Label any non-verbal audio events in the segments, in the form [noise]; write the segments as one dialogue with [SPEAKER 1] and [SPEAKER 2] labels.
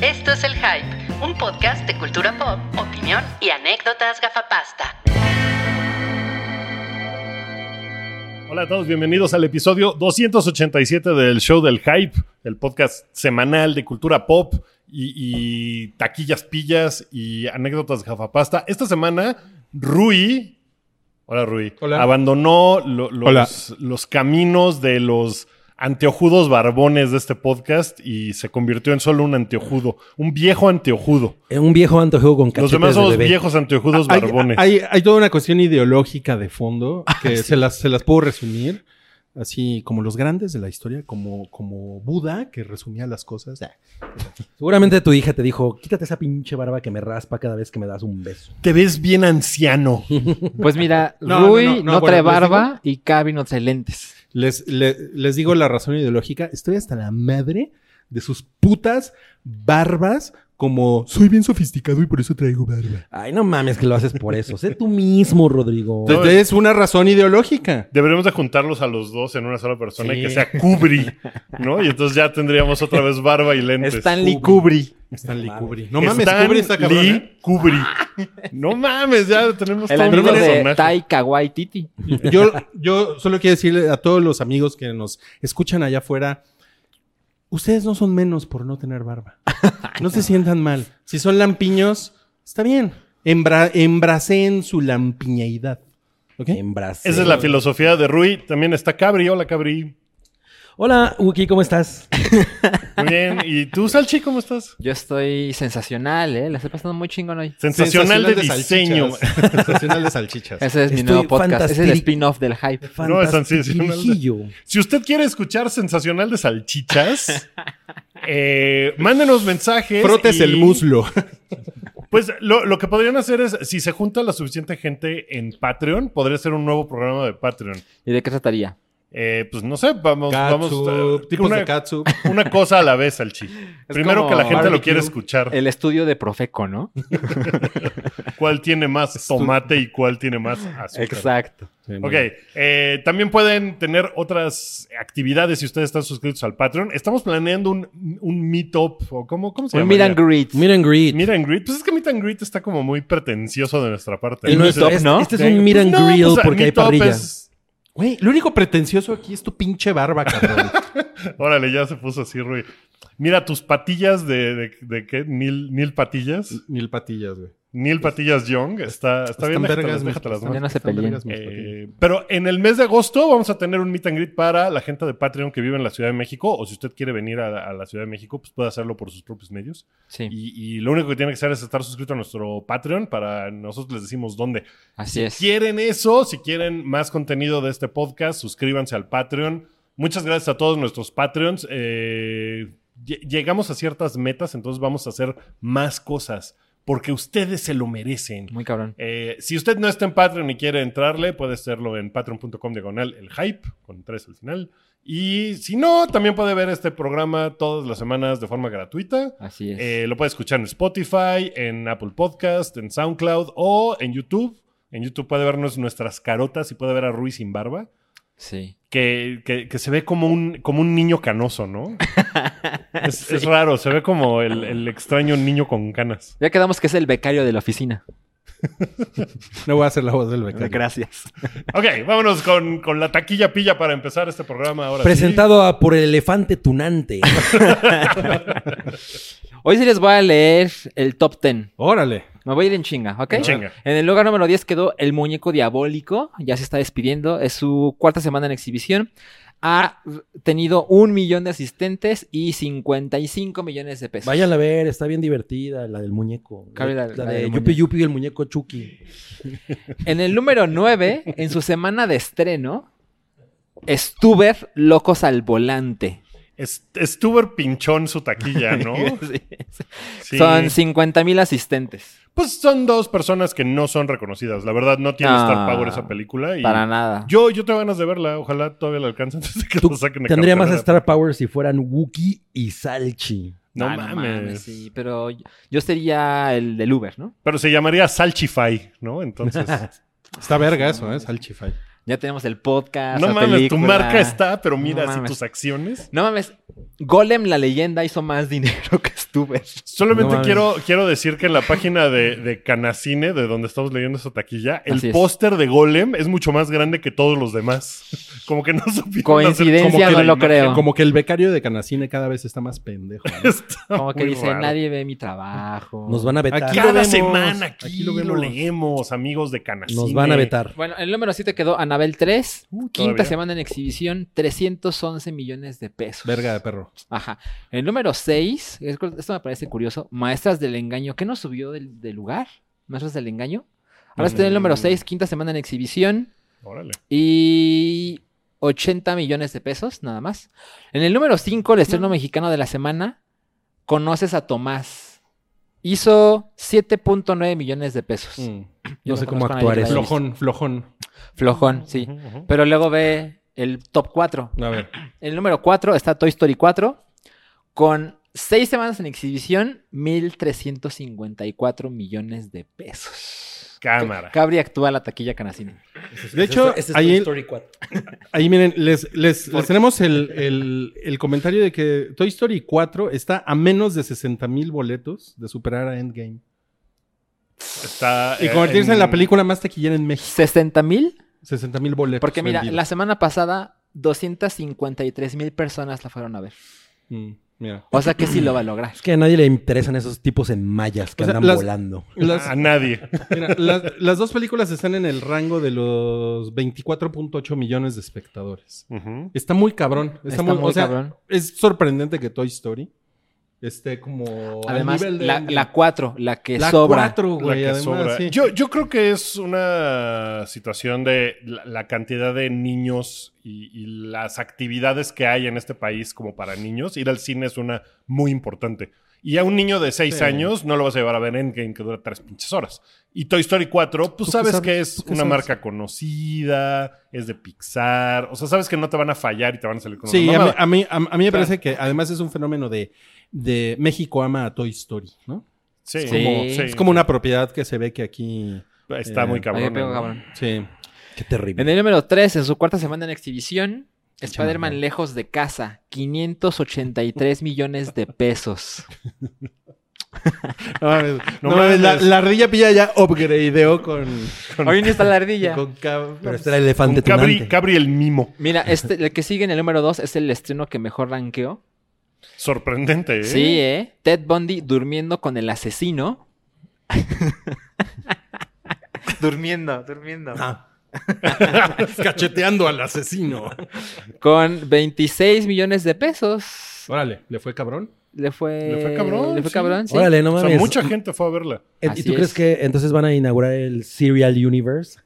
[SPEAKER 1] Esto es El Hype, un podcast de cultura pop, opinión y anécdotas gafapasta.
[SPEAKER 2] Hola a todos, bienvenidos al episodio 287 del show del Hype, el podcast semanal de cultura pop y, y taquillas pillas y anécdotas gafapasta. Esta semana, Rui, hola Rui,
[SPEAKER 3] Hola.
[SPEAKER 2] abandonó lo- los,
[SPEAKER 3] Hola.
[SPEAKER 2] los caminos de los anteojudos barbones de este podcast y se convirtió en solo un anteojudo, un viejo anteojudo.
[SPEAKER 4] Eh, Un viejo antojo con cachetes
[SPEAKER 2] los demás
[SPEAKER 4] de
[SPEAKER 2] somos
[SPEAKER 4] bebé.
[SPEAKER 2] viejos anteojudos
[SPEAKER 3] hay,
[SPEAKER 2] barbones. Ah,
[SPEAKER 3] hay- hay toda una cuestión ideológica
[SPEAKER 2] [laughs]
[SPEAKER 3] de fondo que se, las, se las puedo resumir. Así como los grandes de la historia, como, como Buda, que resumía las cosas. Ah,
[SPEAKER 4] Seguramente tu hija te dijo, quítate esa pinche barba que me raspa cada vez que me das un beso.
[SPEAKER 2] Te ves bien anciano.
[SPEAKER 5] Pues mira,
[SPEAKER 3] [laughs] No, no,
[SPEAKER 5] Rui
[SPEAKER 3] no,
[SPEAKER 5] no,
[SPEAKER 3] no, bueno,
[SPEAKER 5] trae
[SPEAKER 3] les digo-
[SPEAKER 5] barba y Cavi no trae lentes.
[SPEAKER 3] Les, le- les digo la razón ideológica. Estoy hasta la madre de sus putas barbas, como soy bien sofisticado y por eso traigo barba.
[SPEAKER 4] Ay, no mames que lo haces por eso. sé tú mismo, Rodrigo.
[SPEAKER 3] Entonces,
[SPEAKER 2] eh.
[SPEAKER 3] es una razón ideológica.
[SPEAKER 2] Deberíamos de juntarlos a los dos en una sola persona y
[SPEAKER 4] Sí.
[SPEAKER 2] que sea
[SPEAKER 3] [laughs]
[SPEAKER 2] Kubri, ¿no? Y entonces ya tendríamos otra vez barba y lentes.
[SPEAKER 5] Stanley Kubri.
[SPEAKER 3] Stanley
[SPEAKER 4] Mames.
[SPEAKER 3] Kubrick. No mames,
[SPEAKER 2] Stan
[SPEAKER 3] Kubrick está cabrón. ¿eh?
[SPEAKER 2] Lee
[SPEAKER 3] [laughs]
[SPEAKER 2] Kubrick. No mames, ya tenemos
[SPEAKER 5] El
[SPEAKER 2] todo un
[SPEAKER 5] amigo de
[SPEAKER 2] personaje.
[SPEAKER 5] Taika Waititi.
[SPEAKER 3] [laughs] Yo, yo solo quiero decirle a todos los amigos que nos escuchan allá afuera, ustedes no son menos por no tener [laughs] barba. No se sientan mal. Si son lampiños, está bien. Embra- embracen su lampiñeidad. ¿Ok?
[SPEAKER 4] En Brasil.
[SPEAKER 2] Esa es la filosofía de Rui. También está Cabri. Hola, Cabri.
[SPEAKER 4] Hola, Wookie, ¿cómo estás?
[SPEAKER 2] Muy bien. ¿Y tú, Salchi, cómo estás?
[SPEAKER 5] Yo estoy sensacional, ¿eh? La estoy pasando muy chingón hoy.
[SPEAKER 2] Sensacional, de, diseño. [laughs]
[SPEAKER 3] salchichas. Sensacional de salchichas.
[SPEAKER 5] Ese es mi
[SPEAKER 4] Estoy
[SPEAKER 5] nuevo podcast. Ese es el
[SPEAKER 4] fantastil-
[SPEAKER 5] spin-off del hype.
[SPEAKER 2] [laughs] No, es sensacional.
[SPEAKER 4] Fantastiquillo.
[SPEAKER 2] Si usted quiere escuchar sensacional de salchichas,
[SPEAKER 3] [laughs]
[SPEAKER 2] eh, mándenos mensajes.
[SPEAKER 3] Frotes
[SPEAKER 2] y-
[SPEAKER 3] el muslo.
[SPEAKER 2] Pues lo, lo que podrían hacer es, si se junta la suficiente gente en Patreon, podría ser un nuevo programa de Patreon.
[SPEAKER 5] ¿Y de qué trataría?
[SPEAKER 2] Eh, pues no sé, vamos, vamos.
[SPEAKER 3] Catsup,
[SPEAKER 2] eh,
[SPEAKER 3] tipos
[SPEAKER 2] una,
[SPEAKER 3] de catsup.
[SPEAKER 2] una cosa a la vez,
[SPEAKER 5] [laughs]
[SPEAKER 2] Salchi. Primero
[SPEAKER 5] como
[SPEAKER 2] que la gente lo
[SPEAKER 5] barbecue.
[SPEAKER 2] quiere escuchar.
[SPEAKER 5] El estudio de Profeco, ¿no?
[SPEAKER 2] ¿Cuál tiene más tomate y cuál tiene más azúcar?
[SPEAKER 5] Exacto.
[SPEAKER 2] Ok, eh, también pueden tener otras actividades si ustedes están suscritos al Patreon. Estamos planeando un, un meetup, o ¿cómo, cómo se
[SPEAKER 5] Un
[SPEAKER 2] llama?
[SPEAKER 5] meet and greet.
[SPEAKER 4] Meet and greet.
[SPEAKER 2] Meet and greet. Pues es que meet and greet está como muy pretencioso de nuestra parte.
[SPEAKER 4] El nuestro-
[SPEAKER 5] meetup,
[SPEAKER 4] es-
[SPEAKER 5] ¿no?
[SPEAKER 4] Este es un meet and
[SPEAKER 2] No,
[SPEAKER 4] grill
[SPEAKER 2] pues,
[SPEAKER 4] porque hay
[SPEAKER 2] meetup
[SPEAKER 4] parrilla.
[SPEAKER 2] es-
[SPEAKER 3] Güey, lo único pretencioso aquí es tu pinche barba, cabrón.
[SPEAKER 2] Órale, ya se puso así, Rui. Mira, tus patillas de, de, de qué? Nil, Nil Patillas.
[SPEAKER 3] [laughs] Mil patillas, güey.
[SPEAKER 2] Neil Patillas Young. Está, está bien,
[SPEAKER 3] Están
[SPEAKER 2] déjatelas,
[SPEAKER 3] vergas, mis-
[SPEAKER 2] déjatelas, ¿no?
[SPEAKER 5] Ya no se
[SPEAKER 3] están
[SPEAKER 5] peleen.
[SPEAKER 3] vergas mis patillas.
[SPEAKER 2] Eh, pero en el mes de agosto vamos a tener un meet and greet para la gente de Patreon que vive en la Ciudad de México o si usted quiere venir a, a la Ciudad de México pues puede hacerlo por sus propios medios
[SPEAKER 5] Sí,
[SPEAKER 2] y, y lo único que tiene que hacer es estar suscrito a nuestro Patreon para nosotros les decimos dónde
[SPEAKER 5] así es.
[SPEAKER 2] quieren eso si quieren más contenido de este podcast suscríbanse al Patreon muchas gracias a todos nuestros Patreons Eh, lle- llegamos a ciertas metas entonces vamos a hacer más cosas porque ustedes se lo merecen
[SPEAKER 5] Muy cabrón.
[SPEAKER 2] eh, si usted no está en Patreon y quiere entrarle, puede hacerlo en patreon.com diagonal el hype, con tres al final. Y si no, también puede ver este programa todas las semanas de forma gratuita.
[SPEAKER 5] Así es.
[SPEAKER 2] Eh, lo puede escuchar en Spotify, en Apple Podcast, en SoundCloud o en YouTube. En YouTube puede vernos nuestras carotas y puede ver a Ruiz sin barba,
[SPEAKER 5] Sí.
[SPEAKER 2] que, que- que se ve como un, como un niño canoso,
[SPEAKER 5] [laughs]
[SPEAKER 2] ¿no? es, es raro, se ve como el, el extraño niño con canas.
[SPEAKER 5] Ya quedamos que es el becario de la oficina.
[SPEAKER 3] No voy a hacer la voz del becario.
[SPEAKER 5] Gracias.
[SPEAKER 2] Ok, vámonos con, con la taquilla pilla para empezar este programa ahora. sí.
[SPEAKER 4] Presentado a- por el elefante tunante. [laughs]
[SPEAKER 5] Hoy sí les voy a leer el top 10.
[SPEAKER 3] Órale.
[SPEAKER 5] Me voy a ir en chinga, ¿ok?
[SPEAKER 2] En chinga.
[SPEAKER 5] En el lugar número 10 quedó El Muñeco Diabólico. Ya se está despidiendo. Es su cuarta semana en exhibición. Ha tenido un millón de asistentes y 55 millones de pesos.
[SPEAKER 4] Váyanla a ver, está bien divertida, la del muñeco. La,
[SPEAKER 5] Cabe la-
[SPEAKER 4] la
[SPEAKER 5] la
[SPEAKER 4] de
[SPEAKER 5] del
[SPEAKER 4] Yupi
[SPEAKER 5] muñeco.
[SPEAKER 4] Yupi y el muñeco Chucky.
[SPEAKER 5] En el número 9, en su semana de estreno, Stuber Locos al Volante.
[SPEAKER 2] Es- Estuvo pinchón su taquilla,
[SPEAKER 5] [laughs]
[SPEAKER 2] ¿no?
[SPEAKER 5] Sí.
[SPEAKER 2] Sí.
[SPEAKER 5] Son 50 mil asistentes.
[SPEAKER 2] Pues son dos personas que no son reconocidas. La verdad, no tiene
[SPEAKER 5] No,
[SPEAKER 2] Star Power esa película. Y
[SPEAKER 5] Ah, Para nada.
[SPEAKER 2] Yo, yo tengo ganas de verla. Ojalá todavía la alcance antes de que
[SPEAKER 4] Tú
[SPEAKER 2] lo saquen de
[SPEAKER 4] Tendría más
[SPEAKER 2] cartelera.
[SPEAKER 4] Star Power si fueran Wookie y Salchi.
[SPEAKER 2] No,
[SPEAKER 5] Ah,
[SPEAKER 2] mames.
[SPEAKER 5] sí, pero yo sería el del Uber, ¿no?
[SPEAKER 3] [laughs]
[SPEAKER 2] Pero se llamaría Salchify, ¿no? Entonces,
[SPEAKER 3] Está verga eso, ¿eh? Salchify.
[SPEAKER 5] Ya tenemos el podcast.
[SPEAKER 2] No
[SPEAKER 5] la
[SPEAKER 2] mames, tu
[SPEAKER 5] película.
[SPEAKER 2] marca está, pero mira
[SPEAKER 5] No
[SPEAKER 2] así
[SPEAKER 5] mames.
[SPEAKER 2] tus acciones.
[SPEAKER 5] No mames, Golem la leyenda hizo más dinero que Stuber.
[SPEAKER 2] Solamente
[SPEAKER 3] No mames.
[SPEAKER 2] quiero, quiero decir que en la página de, de Canacine, de donde estamos leyendo esa taquilla,
[SPEAKER 5] Así
[SPEAKER 2] el
[SPEAKER 5] es.
[SPEAKER 2] póster de Golem es mucho más grande que todos los demás. [laughs] Como que no supieron.
[SPEAKER 5] Coincidencia,
[SPEAKER 2] hacer- como que
[SPEAKER 5] no
[SPEAKER 2] la
[SPEAKER 5] lo
[SPEAKER 2] imagen
[SPEAKER 5] creo.
[SPEAKER 3] Como que el becario de Canacine cada vez está más pendejo.
[SPEAKER 4] [laughs]
[SPEAKER 3] ¿no?
[SPEAKER 2] está
[SPEAKER 5] Como que
[SPEAKER 2] muy
[SPEAKER 5] dice,
[SPEAKER 2] raro.
[SPEAKER 5] nadie ve mi trabajo.
[SPEAKER 4] Nos van a vetar.
[SPEAKER 3] Aquí-
[SPEAKER 2] Cada
[SPEAKER 3] lo vemos,
[SPEAKER 2] semana aquí,
[SPEAKER 3] aquí
[SPEAKER 2] lo,
[SPEAKER 3] lo vemos.
[SPEAKER 2] leemos, amigos de Canacine.
[SPEAKER 4] Nos van a vetar.
[SPEAKER 5] Bueno, el número 7 quedó Anabel 3, quinta
[SPEAKER 2] todavía.
[SPEAKER 5] semana en exhibición, 311 millones de pesos.
[SPEAKER 3] Verga de perro.
[SPEAKER 5] Ajá. El número 6, esto me parece curioso, Maestras del Engaño. ¿Qué nos subió del, del lugar? Maestras del Engaño. Ahora está en el número 6, quinta semana en exhibición
[SPEAKER 2] Órale.
[SPEAKER 5] y 80 millones de pesos, nada más. En el número 5, el estreno mexicano de la semana, Conoces a Tomás. Hizo 7.9 millones de pesos.
[SPEAKER 3] Mm.
[SPEAKER 5] Yo
[SPEAKER 4] No sé cómo
[SPEAKER 5] conozco a nadie
[SPEAKER 4] actuar
[SPEAKER 5] que lo haya
[SPEAKER 4] eso.
[SPEAKER 3] Flojón,
[SPEAKER 5] visto.
[SPEAKER 3] flojón.
[SPEAKER 5] Flojón, sí.
[SPEAKER 2] Ujú, ujú.
[SPEAKER 5] Pero luego ve el top 4.
[SPEAKER 3] A ver.
[SPEAKER 5] El número 4 está Toy Story 4 con 6 semanas en exhibición, 1.354 millones de pesos.
[SPEAKER 2] Cámara.
[SPEAKER 5] Cabri actúa a la taquilla canacina.
[SPEAKER 3] De hecho,
[SPEAKER 4] Ese es Toy
[SPEAKER 3] ahí,
[SPEAKER 4] Story 4.
[SPEAKER 3] ahí miren, les, les, les tenemos el, el- el comentario de que Toy Story 4 está a menos de 60 mil boletos de superar a Endgame.
[SPEAKER 2] Está,
[SPEAKER 3] Y
[SPEAKER 2] eh,
[SPEAKER 3] convertirse en, la película más taquillera en México.
[SPEAKER 5] ¿60 mil?
[SPEAKER 3] 60 mil boletos.
[SPEAKER 5] Porque mira,
[SPEAKER 3] vendidos.
[SPEAKER 5] la semana pasada 253 mil personas la fueron a ver.
[SPEAKER 3] Mm, mira.
[SPEAKER 5] O sea que sí lo va a lograr.
[SPEAKER 4] Es que a nadie le interesan esos tipos en mallas que
[SPEAKER 3] O sea,
[SPEAKER 4] andan
[SPEAKER 3] las-
[SPEAKER 4] volando.
[SPEAKER 5] Ah,
[SPEAKER 3] Las-
[SPEAKER 2] A nadie.
[SPEAKER 3] mira, las- las dos películas están en el rango de los 24.8 millones de espectadores.
[SPEAKER 2] Ujú.
[SPEAKER 3] Está muy cabrón. Está, muy, o sea,
[SPEAKER 5] cabrón.
[SPEAKER 3] Es sorprendente que Toy Story esté como al
[SPEAKER 5] Además,
[SPEAKER 3] nivel de
[SPEAKER 5] la,
[SPEAKER 3] Endgame.
[SPEAKER 5] la 4, la que
[SPEAKER 3] La
[SPEAKER 5] sobra.
[SPEAKER 3] cuatro,
[SPEAKER 2] La
[SPEAKER 3] Pues, güey,
[SPEAKER 2] que
[SPEAKER 3] además,
[SPEAKER 2] sobra.
[SPEAKER 3] sí.
[SPEAKER 2] Yo, yo creo que es una situación de la, la cantidad de niños y, y las actividades que hay en este país como para niños. Ir al cine es una muy importante. Y a un niño de 6
[SPEAKER 3] Sí.
[SPEAKER 2] años no lo vas a llevar a ver Endgame, que dura tres pinches horas. Y Toy Story 4,
[SPEAKER 3] ¿Tú
[SPEAKER 2] pues
[SPEAKER 3] qué
[SPEAKER 2] sabes
[SPEAKER 3] sabes?
[SPEAKER 2] que es
[SPEAKER 3] ¿Tú qué
[SPEAKER 2] una
[SPEAKER 3] sabes?
[SPEAKER 2] marca conocida, es de Pixar. O sea, sabes que no te van a fallar y te van a salir con
[SPEAKER 3] Sí,
[SPEAKER 2] una
[SPEAKER 3] a mí,
[SPEAKER 2] mamada.
[SPEAKER 3] a mí- a- a mí me
[SPEAKER 2] O sea-
[SPEAKER 3] parece que además es un fenómeno de, de México ama a Toy Story, ¿no?
[SPEAKER 2] Sí,
[SPEAKER 5] es
[SPEAKER 2] como-
[SPEAKER 5] como-
[SPEAKER 2] sí.
[SPEAKER 3] Es como una propiedad que se ve que aquí...
[SPEAKER 2] Está
[SPEAKER 3] eh,
[SPEAKER 2] muy
[SPEAKER 5] Ahí
[SPEAKER 2] cabrón.
[SPEAKER 5] me pego,
[SPEAKER 2] ¿no?
[SPEAKER 5] cabrón.
[SPEAKER 3] Sí.
[SPEAKER 4] Qué terrible.
[SPEAKER 5] En el número 3, en su cuarta semana en exhibición, Spider-Man
[SPEAKER 3] mamada.
[SPEAKER 5] lejos de casa, 583 millones
[SPEAKER 3] [laughs]
[SPEAKER 5] de pesos.
[SPEAKER 3] No mames,
[SPEAKER 2] No
[SPEAKER 3] no mames, la,
[SPEAKER 2] mames.
[SPEAKER 3] la ardilla pilla ya upgradeó con...
[SPEAKER 5] Hoy no está la ardilla.
[SPEAKER 3] con cab-
[SPEAKER 4] Pero este era el elefante
[SPEAKER 2] Con Cabri,
[SPEAKER 4] tunante.
[SPEAKER 2] Cabri el mimo.
[SPEAKER 5] Mira, este, el que sigue en el número 2 es el estreno que mejor ranqueó.
[SPEAKER 2] Sorprendente, ¿eh?
[SPEAKER 5] Sí, ¿eh? Ted Bundy durmiendo con el asesino. durmiendo, durmiendo.
[SPEAKER 3] Ah. [laughs] Cacheteando al asesino.
[SPEAKER 5] Con 26 millones de pesos.
[SPEAKER 3] Órale, ¿le fue cabrón?
[SPEAKER 5] Le fue,
[SPEAKER 2] Le fue cabrón,
[SPEAKER 5] Le fue
[SPEAKER 2] sí.
[SPEAKER 5] cabrón, sí.
[SPEAKER 4] Órale, no
[SPEAKER 2] O sea,
[SPEAKER 4] mames.
[SPEAKER 2] mucha gente fue a verla.
[SPEAKER 4] Eh,
[SPEAKER 5] Así
[SPEAKER 4] ¿Y tú
[SPEAKER 5] es.
[SPEAKER 4] crees que entonces van a inaugurar el Serial Universe? No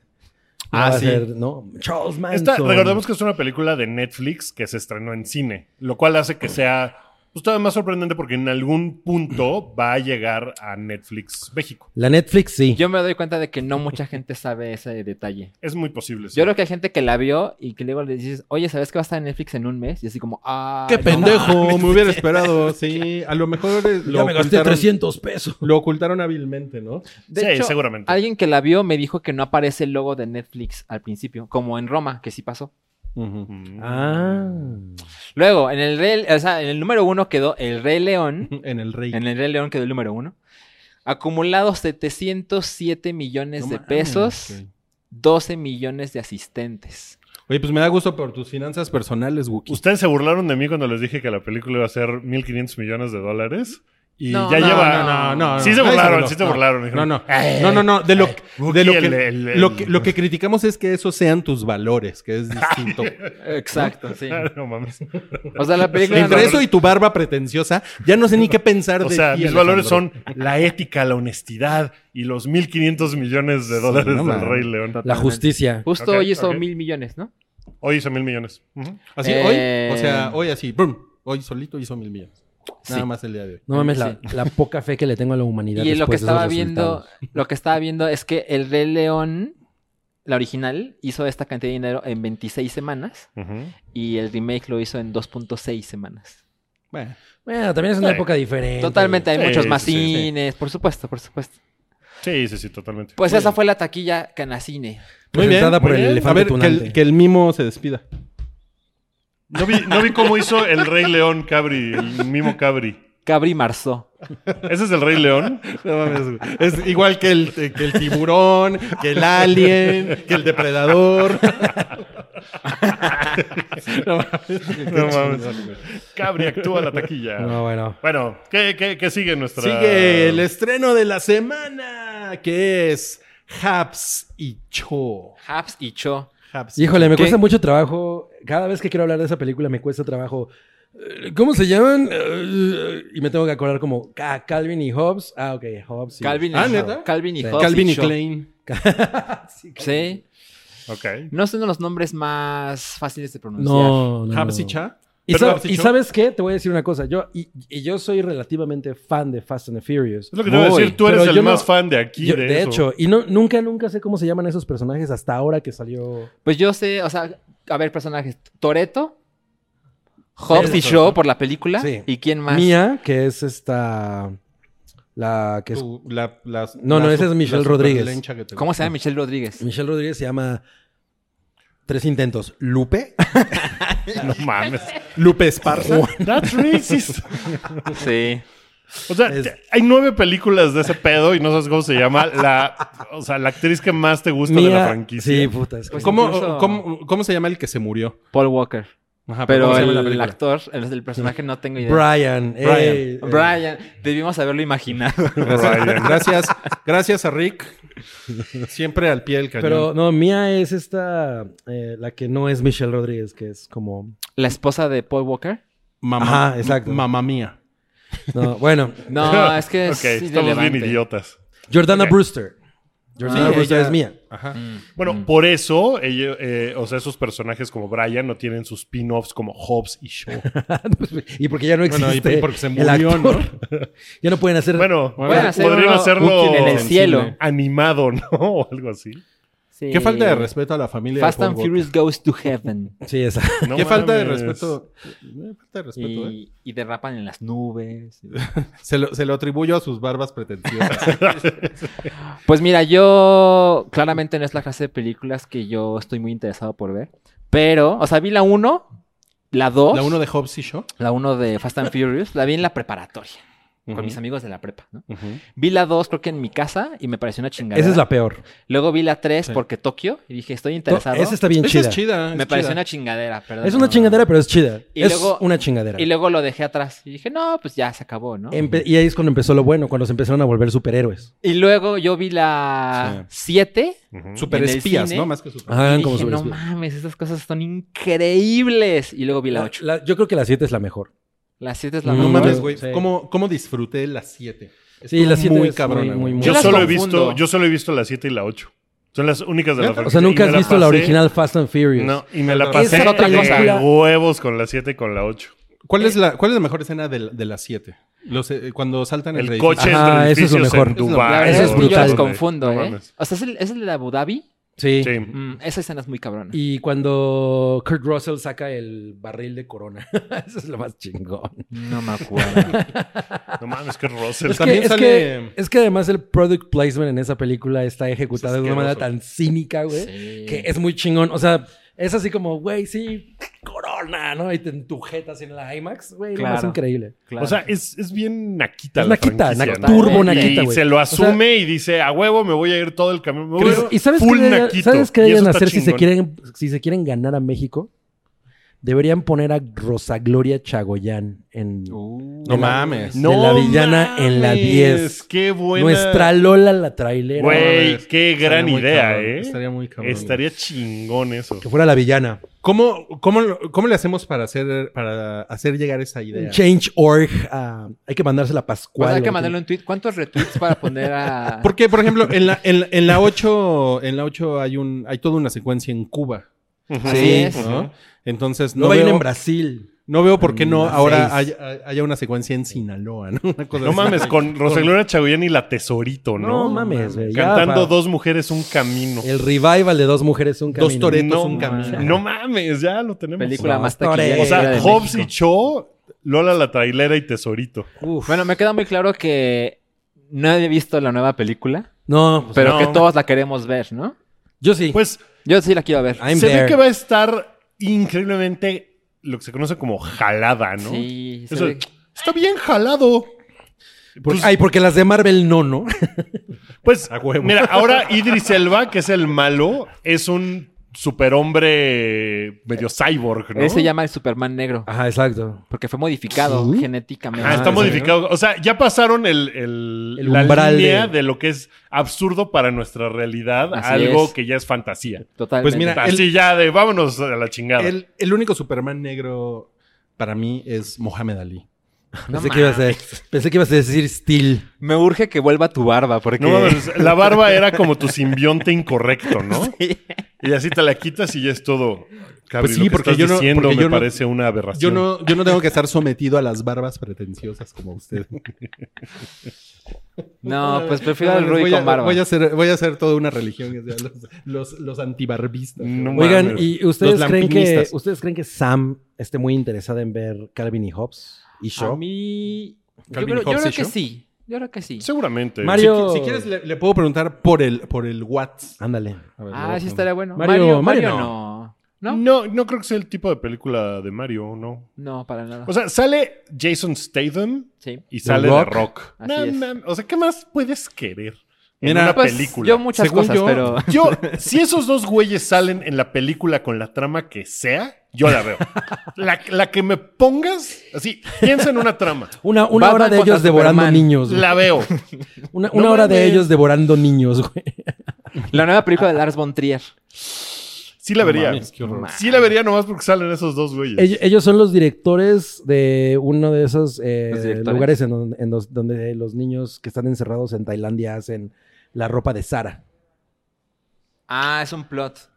[SPEAKER 3] Ah,
[SPEAKER 4] va a
[SPEAKER 3] sí.
[SPEAKER 4] ser, ¿no? Charles Manson.
[SPEAKER 2] Esta, recordemos que es una película de Netflix que se estrenó en cine, lo cual hace que sea pues, todavía más sorprendente porque en algún punto va a llegar a Netflix México.
[SPEAKER 4] La Netflix, sí.
[SPEAKER 5] Yo me doy cuenta de que no mucha gente sabe ese detalle.
[SPEAKER 2] Es muy posible. sí.
[SPEAKER 5] Yo creo que hay gente que la vio y que luego le dices, oye, ¿sabes que va a estar en Netflix en un mes? Y así como, ah.
[SPEAKER 3] ¡Qué
[SPEAKER 5] no
[SPEAKER 3] pendejo!
[SPEAKER 5] mames".
[SPEAKER 3] me hubiera esperado, sí. A lo mejor eh, lo
[SPEAKER 4] ya me gasté
[SPEAKER 3] ocultaron-
[SPEAKER 4] 300 pesos.
[SPEAKER 3] Lo ocultaron hábilmente, ¿no?
[SPEAKER 5] De
[SPEAKER 2] sí,
[SPEAKER 5] hecho,
[SPEAKER 2] seguramente.
[SPEAKER 5] Alguien que la vio me dijo que no aparece el logo de Netflix al principio, como en Roma, que sí pasó.
[SPEAKER 2] Mm.
[SPEAKER 4] Ah.
[SPEAKER 5] Luego, en el, Rey- o sea, en el número uno quedó El
[SPEAKER 3] [laughs]
[SPEAKER 5] Rey León.
[SPEAKER 3] En el rey.
[SPEAKER 5] En el Rey León quedó el número uno. Acumulados 707 millones
[SPEAKER 3] No
[SPEAKER 5] de
[SPEAKER 3] mames,
[SPEAKER 5] pesos,
[SPEAKER 3] güey.
[SPEAKER 5] 12 millones
[SPEAKER 2] [laughs]
[SPEAKER 5] de asistentes.
[SPEAKER 3] Oye, pues me da gusto por tus finanzas personales, Wookie.
[SPEAKER 2] Ustedes se burlaron de mí cuando les dije que la película iba a ser 1.500 millones de dólares y
[SPEAKER 5] No,
[SPEAKER 2] ya
[SPEAKER 5] no,
[SPEAKER 2] lleva...
[SPEAKER 5] no, no, no.
[SPEAKER 2] sí se
[SPEAKER 3] Nadie
[SPEAKER 2] burlaron,
[SPEAKER 3] burló.
[SPEAKER 2] sí se
[SPEAKER 3] No.
[SPEAKER 2] burlaron.
[SPEAKER 3] No,
[SPEAKER 2] dijeron,
[SPEAKER 3] no.
[SPEAKER 2] "Eh,
[SPEAKER 3] No, no, no. De lo,
[SPEAKER 2] Wookie,
[SPEAKER 3] de lo, que,
[SPEAKER 2] el- el- el-
[SPEAKER 3] lo que
[SPEAKER 2] [laughs]
[SPEAKER 3] lo que criticamos es que eso sean tus valores, que es distinto.
[SPEAKER 5] Exacto, sí.
[SPEAKER 2] Ah, no mames.
[SPEAKER 5] O sea, la película...
[SPEAKER 3] Entre eso y tu barba pretenciosa, ya no sé ni qué pensar
[SPEAKER 2] O
[SPEAKER 3] de
[SPEAKER 2] sea,
[SPEAKER 3] ti,
[SPEAKER 2] mis
[SPEAKER 3] Alejandro.
[SPEAKER 2] valores son la ética, la honestidad y los 1.500 millones de
[SPEAKER 3] Sí,
[SPEAKER 2] dólares del
[SPEAKER 3] no mames.
[SPEAKER 2] Rey León.
[SPEAKER 4] La justicia.
[SPEAKER 5] Justo
[SPEAKER 2] Ok,
[SPEAKER 5] hoy hizo
[SPEAKER 2] ok.
[SPEAKER 5] mil millones, ¿no?
[SPEAKER 2] Hoy hizo mil millones. Ujú.
[SPEAKER 3] Así
[SPEAKER 5] Eh,
[SPEAKER 3] hoy, o sea, hoy así, brum, hoy solito hizo mil millones. Nada
[SPEAKER 5] Sí.
[SPEAKER 3] más el día de hoy.
[SPEAKER 4] No mames, la, la poca fe que le tengo a la humanidad.
[SPEAKER 5] Y lo que
[SPEAKER 4] después de esos
[SPEAKER 5] estaba viendo,
[SPEAKER 4] resultados.
[SPEAKER 5] lo que estaba viendo es que el Rey León, la original, hizo esta cantidad de dinero en 26 semanas
[SPEAKER 2] Ujú.
[SPEAKER 5] y el remake lo hizo en 2.6 semanas.
[SPEAKER 3] Bueno,
[SPEAKER 4] Bueno, también es una
[SPEAKER 2] Sí.
[SPEAKER 4] época diferente.
[SPEAKER 5] Totalmente, hay
[SPEAKER 2] Sí,
[SPEAKER 5] muchos más
[SPEAKER 2] sí, sí, sí.
[SPEAKER 5] cines, por supuesto, por supuesto.
[SPEAKER 2] Sí, sí, sí, totalmente.
[SPEAKER 5] Pues esa fue la taquilla canacine.
[SPEAKER 3] Muy bien.
[SPEAKER 4] Presentada por
[SPEAKER 3] muy
[SPEAKER 4] el
[SPEAKER 3] bien.
[SPEAKER 4] elefante
[SPEAKER 3] A ver, que
[SPEAKER 4] tunante.
[SPEAKER 3] el, que el mimo se despida.
[SPEAKER 2] No vi, no vi cómo hizo el Rey León Cabri, el mimo Cabri.
[SPEAKER 5] Cabri Marzó.
[SPEAKER 2] ¿Ese es el Rey León?
[SPEAKER 3] No mames, güey. Es igual que el, eh, que el tiburón, que el alien, que el
[SPEAKER 5] [laughs]
[SPEAKER 3] depredador. No mames.
[SPEAKER 2] No mames. Cabri actúa la taquilla.
[SPEAKER 4] No, bueno.
[SPEAKER 2] Bueno, ¿qué, qué, qué sigue nuestra...?
[SPEAKER 3] Sigue el estreno de la semana, que es Habs y Cho.
[SPEAKER 5] Habs y Cho.
[SPEAKER 3] Habs y
[SPEAKER 4] Híjole, me
[SPEAKER 5] ¿Qué?
[SPEAKER 4] cuesta mucho trabajo. Cada vez que quiero hablar de esa película me cuesta trabajo. Eh, ¿Cómo se llaman? Eh, Y me tengo que acordar como ah, Calvin y Hobbes. Ah, ok, Hobbes. y-
[SPEAKER 5] Calvin y
[SPEAKER 3] Ah,
[SPEAKER 5] Hobbes.
[SPEAKER 3] ¿neta?
[SPEAKER 5] Calvin y
[SPEAKER 4] Sí.
[SPEAKER 5] Hobbes
[SPEAKER 3] Calvin y
[SPEAKER 5] Cho.
[SPEAKER 3] Klein.
[SPEAKER 5] Sí.
[SPEAKER 2] Ok.
[SPEAKER 5] No son de los nombres más fáciles de pronunciar.
[SPEAKER 4] No, no, no.
[SPEAKER 3] Habs y Cha.
[SPEAKER 4] Y,
[SPEAKER 2] Pero
[SPEAKER 4] sab-
[SPEAKER 2] Hobbes y
[SPEAKER 4] y
[SPEAKER 2] Shaw.
[SPEAKER 4] sabes qué? Te voy a decir una cosa. Yo, y, y yo soy relativamente fan de Fast and the Furious.
[SPEAKER 2] Es lo que te voy a
[SPEAKER 5] Muy.
[SPEAKER 2] decir. Tú eres
[SPEAKER 4] Pero
[SPEAKER 2] el
[SPEAKER 4] yo no-
[SPEAKER 2] más fan de aquí,
[SPEAKER 4] Yo-
[SPEAKER 2] de,
[SPEAKER 4] de
[SPEAKER 2] eso.
[SPEAKER 4] hecho, y no, nunca, nunca sé cómo se llaman esos personajes hasta ahora que salió.
[SPEAKER 5] Pues yo sé, o sea, a ver, personajes. Toreto, Hobbs
[SPEAKER 4] Eso,
[SPEAKER 5] y Shaw por la película.
[SPEAKER 4] Sí.
[SPEAKER 5] ¿Y quién más?
[SPEAKER 4] Mía, que es esta. La que es.
[SPEAKER 3] Tu- la- las-
[SPEAKER 4] No,
[SPEAKER 3] la
[SPEAKER 4] no,
[SPEAKER 3] su-
[SPEAKER 4] ese es
[SPEAKER 3] la
[SPEAKER 4] Michelle
[SPEAKER 3] super
[SPEAKER 4] Rodríguez.
[SPEAKER 3] lencha que te-
[SPEAKER 5] ¿Cómo se llama Michelle Rodríguez?
[SPEAKER 4] Michelle Rodríguez se llama. Tres intentos. Lupe.
[SPEAKER 2] No mames.
[SPEAKER 3] Lupe
[SPEAKER 5] [laughs]
[SPEAKER 3] Esparza.
[SPEAKER 2] That's racist.
[SPEAKER 5] Sí.
[SPEAKER 2] O sea,
[SPEAKER 4] Es-
[SPEAKER 2] te- hay nueve películas de ese pedo y no sabes cómo se llama. La, o sea, la actriz que más te gusta de la
[SPEAKER 4] Mía-
[SPEAKER 2] franquicia.
[SPEAKER 4] Sí, puta. es que-
[SPEAKER 5] Pues
[SPEAKER 3] ¿Cómo,
[SPEAKER 5] incluso-
[SPEAKER 3] cómo- cómo se llama el que se murió?
[SPEAKER 5] Paul Walker.
[SPEAKER 3] Ajá,
[SPEAKER 5] Pero
[SPEAKER 3] Ah, ¿cómo se llama
[SPEAKER 5] el,
[SPEAKER 3] la película?
[SPEAKER 5] actor, el, el personaje no tengo idea.
[SPEAKER 4] Brian.
[SPEAKER 3] Brian.
[SPEAKER 4] eh, eh,
[SPEAKER 5] Brian, debimos haberlo
[SPEAKER 3] [laughs]
[SPEAKER 5] imaginado.
[SPEAKER 3] Gracias, gracias, gracias a Rick. Siempre al pie del cañón.
[SPEAKER 4] Pero no, Mía es esta. eh, la que no es Michelle Rodríguez, que es como.
[SPEAKER 5] ¿La esposa de Paul Walker?
[SPEAKER 3] mamá,
[SPEAKER 4] Ajá, exacto.
[SPEAKER 3] Mamá mía.
[SPEAKER 4] No, [laughs] bueno,
[SPEAKER 2] [laughs]
[SPEAKER 3] [laughs]
[SPEAKER 5] No, es que es
[SPEAKER 2] Ok, estamos bien
[SPEAKER 5] irrelevante.
[SPEAKER 2] idiotas.
[SPEAKER 4] Jordana
[SPEAKER 2] Ok.
[SPEAKER 4] Brewster. Jordana
[SPEAKER 5] Ah,
[SPEAKER 4] Brewster
[SPEAKER 3] ella-
[SPEAKER 4] es mía.
[SPEAKER 3] Ajá.
[SPEAKER 5] Mm.
[SPEAKER 2] Bueno,
[SPEAKER 4] Mm.
[SPEAKER 2] por eso, ello- eh, o sea, esos personajes como Brian no tienen sus spin-offs como Hobbs y Shaw.
[SPEAKER 4] [laughs] y porque ya no
[SPEAKER 3] Bueno,
[SPEAKER 4] existe.
[SPEAKER 3] y porque se
[SPEAKER 4] el
[SPEAKER 3] murió,
[SPEAKER 4] actor. [laughs] ya no [laughs] pueden hacer.
[SPEAKER 2] Bueno,
[SPEAKER 5] Pueden hacer
[SPEAKER 2] podrían
[SPEAKER 5] uno-
[SPEAKER 2] hacerlo
[SPEAKER 5] un- en el cielo.
[SPEAKER 2] animado, [laughs] ¿no? O algo así.
[SPEAKER 5] Sí.
[SPEAKER 3] Qué falta de respeto a la familia. de
[SPEAKER 5] Fast
[SPEAKER 3] Paul
[SPEAKER 5] and
[SPEAKER 3] Walker.
[SPEAKER 5] Furious goes to heaven.
[SPEAKER 4] Sí, esa.
[SPEAKER 2] No
[SPEAKER 3] Qué falta de
[SPEAKER 2] mames.
[SPEAKER 3] respeto. eh, Falta de respeto, ¿eh?
[SPEAKER 5] Y, y derrapan en las nubes.
[SPEAKER 3] Se lo, se lo atribuyo a sus barbas pretenciosas.
[SPEAKER 5] Pues mira, yo claramente no es la clase de películas que yo estoy muy interesado por ver. Pero, o sea, vi la 1, la 2,
[SPEAKER 3] la uno de Hobbs y Shaw.
[SPEAKER 5] la 1 de Fast and Furious, la vi en la preparatoria,
[SPEAKER 3] Ujú.
[SPEAKER 5] con mis amigos de la prepa. ¿no?
[SPEAKER 3] Ujú.
[SPEAKER 5] Vi la 2 creo que en mi casa y me pareció una chingada.
[SPEAKER 4] Esa es la peor.
[SPEAKER 5] Luego vi la 3
[SPEAKER 3] Sí.
[SPEAKER 5] porque Tokio y dije, estoy interesado.
[SPEAKER 4] Esa está bien
[SPEAKER 3] Esa
[SPEAKER 4] chida.
[SPEAKER 3] es chida. es
[SPEAKER 5] Me pareció
[SPEAKER 3] chida.
[SPEAKER 5] una chingadera, perdón.
[SPEAKER 4] Es una chingadera, pero es chida.
[SPEAKER 5] Y
[SPEAKER 4] es
[SPEAKER 5] luego-
[SPEAKER 4] una chingadera.
[SPEAKER 5] Y luego lo dejé atrás. Y dije, no, pues ya se acabó, ¿no?
[SPEAKER 4] Empe- y ahí es cuando empezó lo bueno, cuando se empezaron a volver superhéroes.
[SPEAKER 5] Y luego yo vi la 7.
[SPEAKER 2] Ujú.
[SPEAKER 3] Super
[SPEAKER 5] en el
[SPEAKER 3] espías,
[SPEAKER 5] cine.
[SPEAKER 3] ¿no? Más que super.
[SPEAKER 4] Ajá, eran
[SPEAKER 5] y
[SPEAKER 4] como
[SPEAKER 5] dije, no
[SPEAKER 4] superhéroes.
[SPEAKER 5] mames, estas cosas son increíbles. Y luego vi la 8.
[SPEAKER 4] La- yo creo que la 7 es la mejor.
[SPEAKER 5] La 7 es la
[SPEAKER 4] No
[SPEAKER 3] No
[SPEAKER 5] mejor.
[SPEAKER 3] mames, güey.
[SPEAKER 4] Sí.
[SPEAKER 3] ¿Cómo, cómo disfruté las 7?
[SPEAKER 4] Mm. Sí, la 7
[SPEAKER 3] Muy
[SPEAKER 4] es
[SPEAKER 3] cabrona,
[SPEAKER 4] muy, muy,
[SPEAKER 3] güey.
[SPEAKER 4] muy
[SPEAKER 2] Yo
[SPEAKER 5] las
[SPEAKER 2] solo, he
[SPEAKER 5] confundo.
[SPEAKER 2] visto, yo solo he visto la 7 y la 8. Son las únicas de la
[SPEAKER 3] ¿Neta?
[SPEAKER 2] franquicia.
[SPEAKER 4] O sea, nunca
[SPEAKER 2] Y
[SPEAKER 4] has
[SPEAKER 2] me la
[SPEAKER 4] visto la
[SPEAKER 2] pasé-
[SPEAKER 4] original Fast and Furious.
[SPEAKER 2] No, y me la
[SPEAKER 3] Esa
[SPEAKER 2] pasé
[SPEAKER 4] es otra
[SPEAKER 2] de
[SPEAKER 4] película.
[SPEAKER 2] huevos con la 7 y con la 8.
[SPEAKER 3] ¿Cuál es la, cuál es la mejor escena de, la- de las 7? Los, eh, cuando saltan
[SPEAKER 2] El
[SPEAKER 3] entre
[SPEAKER 2] coche
[SPEAKER 4] Ajá,
[SPEAKER 2] entre
[SPEAKER 4] eso es lo
[SPEAKER 2] edificios
[SPEAKER 4] mejor.
[SPEAKER 2] en
[SPEAKER 4] Eso
[SPEAKER 3] es lo-
[SPEAKER 5] La
[SPEAKER 2] Dubái.
[SPEAKER 5] verdad
[SPEAKER 4] eso es
[SPEAKER 5] es que yo
[SPEAKER 4] brutal.
[SPEAKER 5] las
[SPEAKER 2] güey.
[SPEAKER 5] confundo,
[SPEAKER 2] No
[SPEAKER 5] ¿eh?
[SPEAKER 2] mames.
[SPEAKER 5] O sea, es el, es el de Abu Dhabi.
[SPEAKER 4] Sí.
[SPEAKER 2] Sí.
[SPEAKER 5] Mm, esa escena es muy cabrona.
[SPEAKER 4] Y cuando Kurt Russell saca el barril de corona. [laughs] Eso es lo más chingón.
[SPEAKER 5] No me acuerdo.
[SPEAKER 2] No mames, que Russell.
[SPEAKER 4] Es que,
[SPEAKER 3] También
[SPEAKER 4] es,
[SPEAKER 3] sale-
[SPEAKER 4] que, es que además el product placement en esa película está ejecutado
[SPEAKER 3] Es
[SPEAKER 4] de una manera
[SPEAKER 3] asqueroso.
[SPEAKER 4] tan cínica, güey,
[SPEAKER 5] Sí.
[SPEAKER 4] que es muy chingón. O sea, es así como, güey, sí, corona, ¿no? Y te entujetas en la IMAX, güey, lo más
[SPEAKER 5] Claro.
[SPEAKER 4] increíble.
[SPEAKER 5] Claro.
[SPEAKER 2] O sea, es, es bien naquita
[SPEAKER 4] Es
[SPEAKER 2] la
[SPEAKER 4] naquita,
[SPEAKER 2] franquicia,
[SPEAKER 4] na-
[SPEAKER 2] ¿no?
[SPEAKER 5] turbo
[SPEAKER 4] naquita,
[SPEAKER 2] Y
[SPEAKER 4] güey.
[SPEAKER 2] se lo
[SPEAKER 4] O sea-
[SPEAKER 2] asume y dice, a huevo me voy a ir todo el camino. me voy
[SPEAKER 4] Chris,
[SPEAKER 2] a ir
[SPEAKER 4] ¿Y sabes qué,
[SPEAKER 2] full
[SPEAKER 4] deberían-
[SPEAKER 2] naquito".
[SPEAKER 4] ¿sabes qué
[SPEAKER 2] Y eso
[SPEAKER 4] deberían
[SPEAKER 2] está
[SPEAKER 4] hacer si se,
[SPEAKER 2] chingón.
[SPEAKER 4] quieren, si se quieren ganar a México? Deberían poner a Rosa Gloria Chagoyán en
[SPEAKER 5] Uh,
[SPEAKER 3] Ah, No mames.
[SPEAKER 4] de la villana en la
[SPEAKER 2] mames,
[SPEAKER 4] 10.
[SPEAKER 2] Qué buena.
[SPEAKER 4] nuestra Lola la trailera.
[SPEAKER 2] Güey, qué
[SPEAKER 3] Estaría
[SPEAKER 2] gran
[SPEAKER 3] muy
[SPEAKER 2] idea,
[SPEAKER 3] cabrón,
[SPEAKER 2] ¿eh?
[SPEAKER 3] Estaría muy cabrón.
[SPEAKER 2] Estaría chingón eso.
[SPEAKER 4] Que fuera la villana.
[SPEAKER 3] ¿Cómo, cómo, lo- cómo le hacemos para hacer, para hacer llegar esa idea?
[SPEAKER 4] Change.org. ah, hay que mandársela a Pascual.
[SPEAKER 5] Pues hay que
[SPEAKER 4] o
[SPEAKER 5] mandarle un tweet. ¿Cuántos retweets para poner
[SPEAKER 3] [laughs]
[SPEAKER 5] a.
[SPEAKER 3] Porque, por ejemplo, en la, en, en la 8, en la 8 hay un, hay toda una secuencia en Cuba.
[SPEAKER 5] Así es.
[SPEAKER 3] ¿no? Entonces, no,
[SPEAKER 4] No, hay una
[SPEAKER 3] veo,
[SPEAKER 4] en Brasil.
[SPEAKER 3] no veo por qué no
[SPEAKER 4] en la
[SPEAKER 3] ahora hay-
[SPEAKER 4] seis.
[SPEAKER 3] hay- haya una secuencia en Sinaloa, ¿no? [laughs] Una cosa
[SPEAKER 2] No
[SPEAKER 3] así.
[SPEAKER 2] mames, con Rosalía Chagoyán y la Tesorito, ¿no?
[SPEAKER 4] No, mames, güey. ya,
[SPEAKER 2] Cantando
[SPEAKER 4] pa-
[SPEAKER 2] dos mujeres un camino.
[SPEAKER 4] El revival de dos mujeres, un camino.
[SPEAKER 3] Dos toretos,
[SPEAKER 2] No,
[SPEAKER 3] un camino.
[SPEAKER 2] No mames, ya lo tenemos.
[SPEAKER 5] Película
[SPEAKER 4] No,
[SPEAKER 5] más
[SPEAKER 4] Torero.
[SPEAKER 5] taquillera.
[SPEAKER 2] O sea,
[SPEAKER 5] de
[SPEAKER 2] Hobbs y
[SPEAKER 5] México.
[SPEAKER 2] Cho, Lola la trailera y Tesorito.
[SPEAKER 4] Uf.
[SPEAKER 5] Bueno, me queda muy claro que no he visto la nueva película,
[SPEAKER 4] no, pues,
[SPEAKER 5] pero
[SPEAKER 2] no.
[SPEAKER 5] que todos la queremos ver, ¿no?
[SPEAKER 4] Yo sí.
[SPEAKER 2] Pues
[SPEAKER 5] Yo sí la quiero ver.
[SPEAKER 4] I'm
[SPEAKER 2] se
[SPEAKER 4] there.
[SPEAKER 2] ve que va a estar increíblemente lo que se conoce como jalada, ¿no?
[SPEAKER 5] Sí, se
[SPEAKER 2] Eso,
[SPEAKER 5] ve-
[SPEAKER 2] Está bien jalado.
[SPEAKER 4] Porque-
[SPEAKER 2] Pues,
[SPEAKER 4] ay, porque las de Marvel no, ¿no?
[SPEAKER 2] pues,
[SPEAKER 3] a huevo.
[SPEAKER 2] mira, ahora Idris Elba, que es el malo, es un superhombre medio cyborg, ¿no?
[SPEAKER 5] Él se llama el Superman negro.
[SPEAKER 4] Ajá, exacto.
[SPEAKER 5] Porque fue modificado
[SPEAKER 3] ¿Sí?
[SPEAKER 5] genéticamente.
[SPEAKER 2] Ah, está
[SPEAKER 4] Ah, sí,
[SPEAKER 2] modificado. O sea, ya pasaron el, el-
[SPEAKER 4] El
[SPEAKER 2] la
[SPEAKER 4] umbral
[SPEAKER 2] línea
[SPEAKER 4] de-
[SPEAKER 2] de... lo que es absurdo para nuestra realidad,
[SPEAKER 5] Así
[SPEAKER 2] algo
[SPEAKER 5] es.
[SPEAKER 2] que ya es fantasía.
[SPEAKER 5] Totalmente.
[SPEAKER 3] Pues mira,
[SPEAKER 2] Así ya de vámonos a la chingada.
[SPEAKER 3] El, el único Superman negro para mí es Mohamed Ali.
[SPEAKER 5] No
[SPEAKER 4] Pensé, que ibas a, pensé que ibas a decir Steel.
[SPEAKER 5] me urge que vuelva tu barba porque...
[SPEAKER 2] No mames, la barba era como tu simbionte incorrecto,
[SPEAKER 3] [laughs]
[SPEAKER 2] ¿no? Y así te la quitas y ya es todo. Cabri,
[SPEAKER 3] Pues sí,
[SPEAKER 2] lo que
[SPEAKER 3] porque
[SPEAKER 2] estás
[SPEAKER 3] yo no-
[SPEAKER 2] diciendo
[SPEAKER 3] porque
[SPEAKER 2] me
[SPEAKER 3] yo no-
[SPEAKER 2] parece una aberración.
[SPEAKER 3] Yo no, yo no tengo que estar sometido a las barbas pretenciosas como usted.
[SPEAKER 5] No, pues prefiero al
[SPEAKER 3] No,
[SPEAKER 5] Rui
[SPEAKER 3] voy a-
[SPEAKER 5] con barba.
[SPEAKER 3] Voy a, hacer, voy a hacer toda una religión, o sea, los, los, los antibarbistas.
[SPEAKER 2] No
[SPEAKER 3] Oiga,
[SPEAKER 4] Oigan,
[SPEAKER 2] mames.
[SPEAKER 4] ¿y ustedes
[SPEAKER 3] Los
[SPEAKER 4] creen, que,
[SPEAKER 3] lampinistas.
[SPEAKER 4] ustedes creen que Sam esté muy interesada en ver Calvin y Hobbes y
[SPEAKER 5] A
[SPEAKER 4] Shaw?
[SPEAKER 5] mí... Yo
[SPEAKER 3] Calvin
[SPEAKER 5] creo, yo
[SPEAKER 3] Hobbes
[SPEAKER 5] creo
[SPEAKER 3] y
[SPEAKER 5] que
[SPEAKER 3] yo.
[SPEAKER 5] sí. Yo creo que sí.
[SPEAKER 2] Seguramente.
[SPEAKER 4] Mario-
[SPEAKER 3] Si, si quieres, le, le puedo preguntar por el, por el Watts.
[SPEAKER 4] Ándale.
[SPEAKER 5] Ah, sí estaría bueno.
[SPEAKER 4] Mario-
[SPEAKER 5] Mario, Mario,
[SPEAKER 4] Mario
[SPEAKER 5] no.
[SPEAKER 2] ¿No?
[SPEAKER 5] no. No,
[SPEAKER 2] no, no creo que sea el tipo de película de Mario, no.
[SPEAKER 5] para nada.
[SPEAKER 2] O sea, sale Jason Statham
[SPEAKER 5] sí.
[SPEAKER 2] y sale
[SPEAKER 4] Rock.
[SPEAKER 2] The Rock.
[SPEAKER 5] Así
[SPEAKER 2] No,
[SPEAKER 5] es.
[SPEAKER 2] no, o sea, ¿qué más puedes querer en
[SPEAKER 3] Mira,
[SPEAKER 2] una
[SPEAKER 5] Pues,
[SPEAKER 2] película?
[SPEAKER 5] Yo muchas
[SPEAKER 3] Según
[SPEAKER 5] cosas,
[SPEAKER 3] yo-
[SPEAKER 5] pero...
[SPEAKER 2] Yo, si esos dos güeyes salen en la película con la trama que sea, yo la veo. La, la que me pongas, así, piensa en una trama.
[SPEAKER 4] Una, una
[SPEAKER 5] Batman
[SPEAKER 4] hora de
[SPEAKER 5] contra
[SPEAKER 4] ellos devorando
[SPEAKER 5] Superman.
[SPEAKER 4] niños. güey.
[SPEAKER 2] La veo.
[SPEAKER 4] Una,
[SPEAKER 2] No
[SPEAKER 4] una hora de
[SPEAKER 2] mames.
[SPEAKER 4] ellos devorando niños, güey.
[SPEAKER 5] La nueva película de Lars von Trier.
[SPEAKER 2] Sí la vería.
[SPEAKER 3] Mames, qué horror.
[SPEAKER 5] Ma-
[SPEAKER 2] Sí la vería nomás porque salen esos dos güeyes.
[SPEAKER 4] Ell- [laughs] Ellos son los directores de uno de esos eh,
[SPEAKER 5] Los directores.
[SPEAKER 4] lugares en donde, en los- donde los niños que están encerrados en Tailandia hacen la ropa de Sara.
[SPEAKER 5] Ah, es un plot.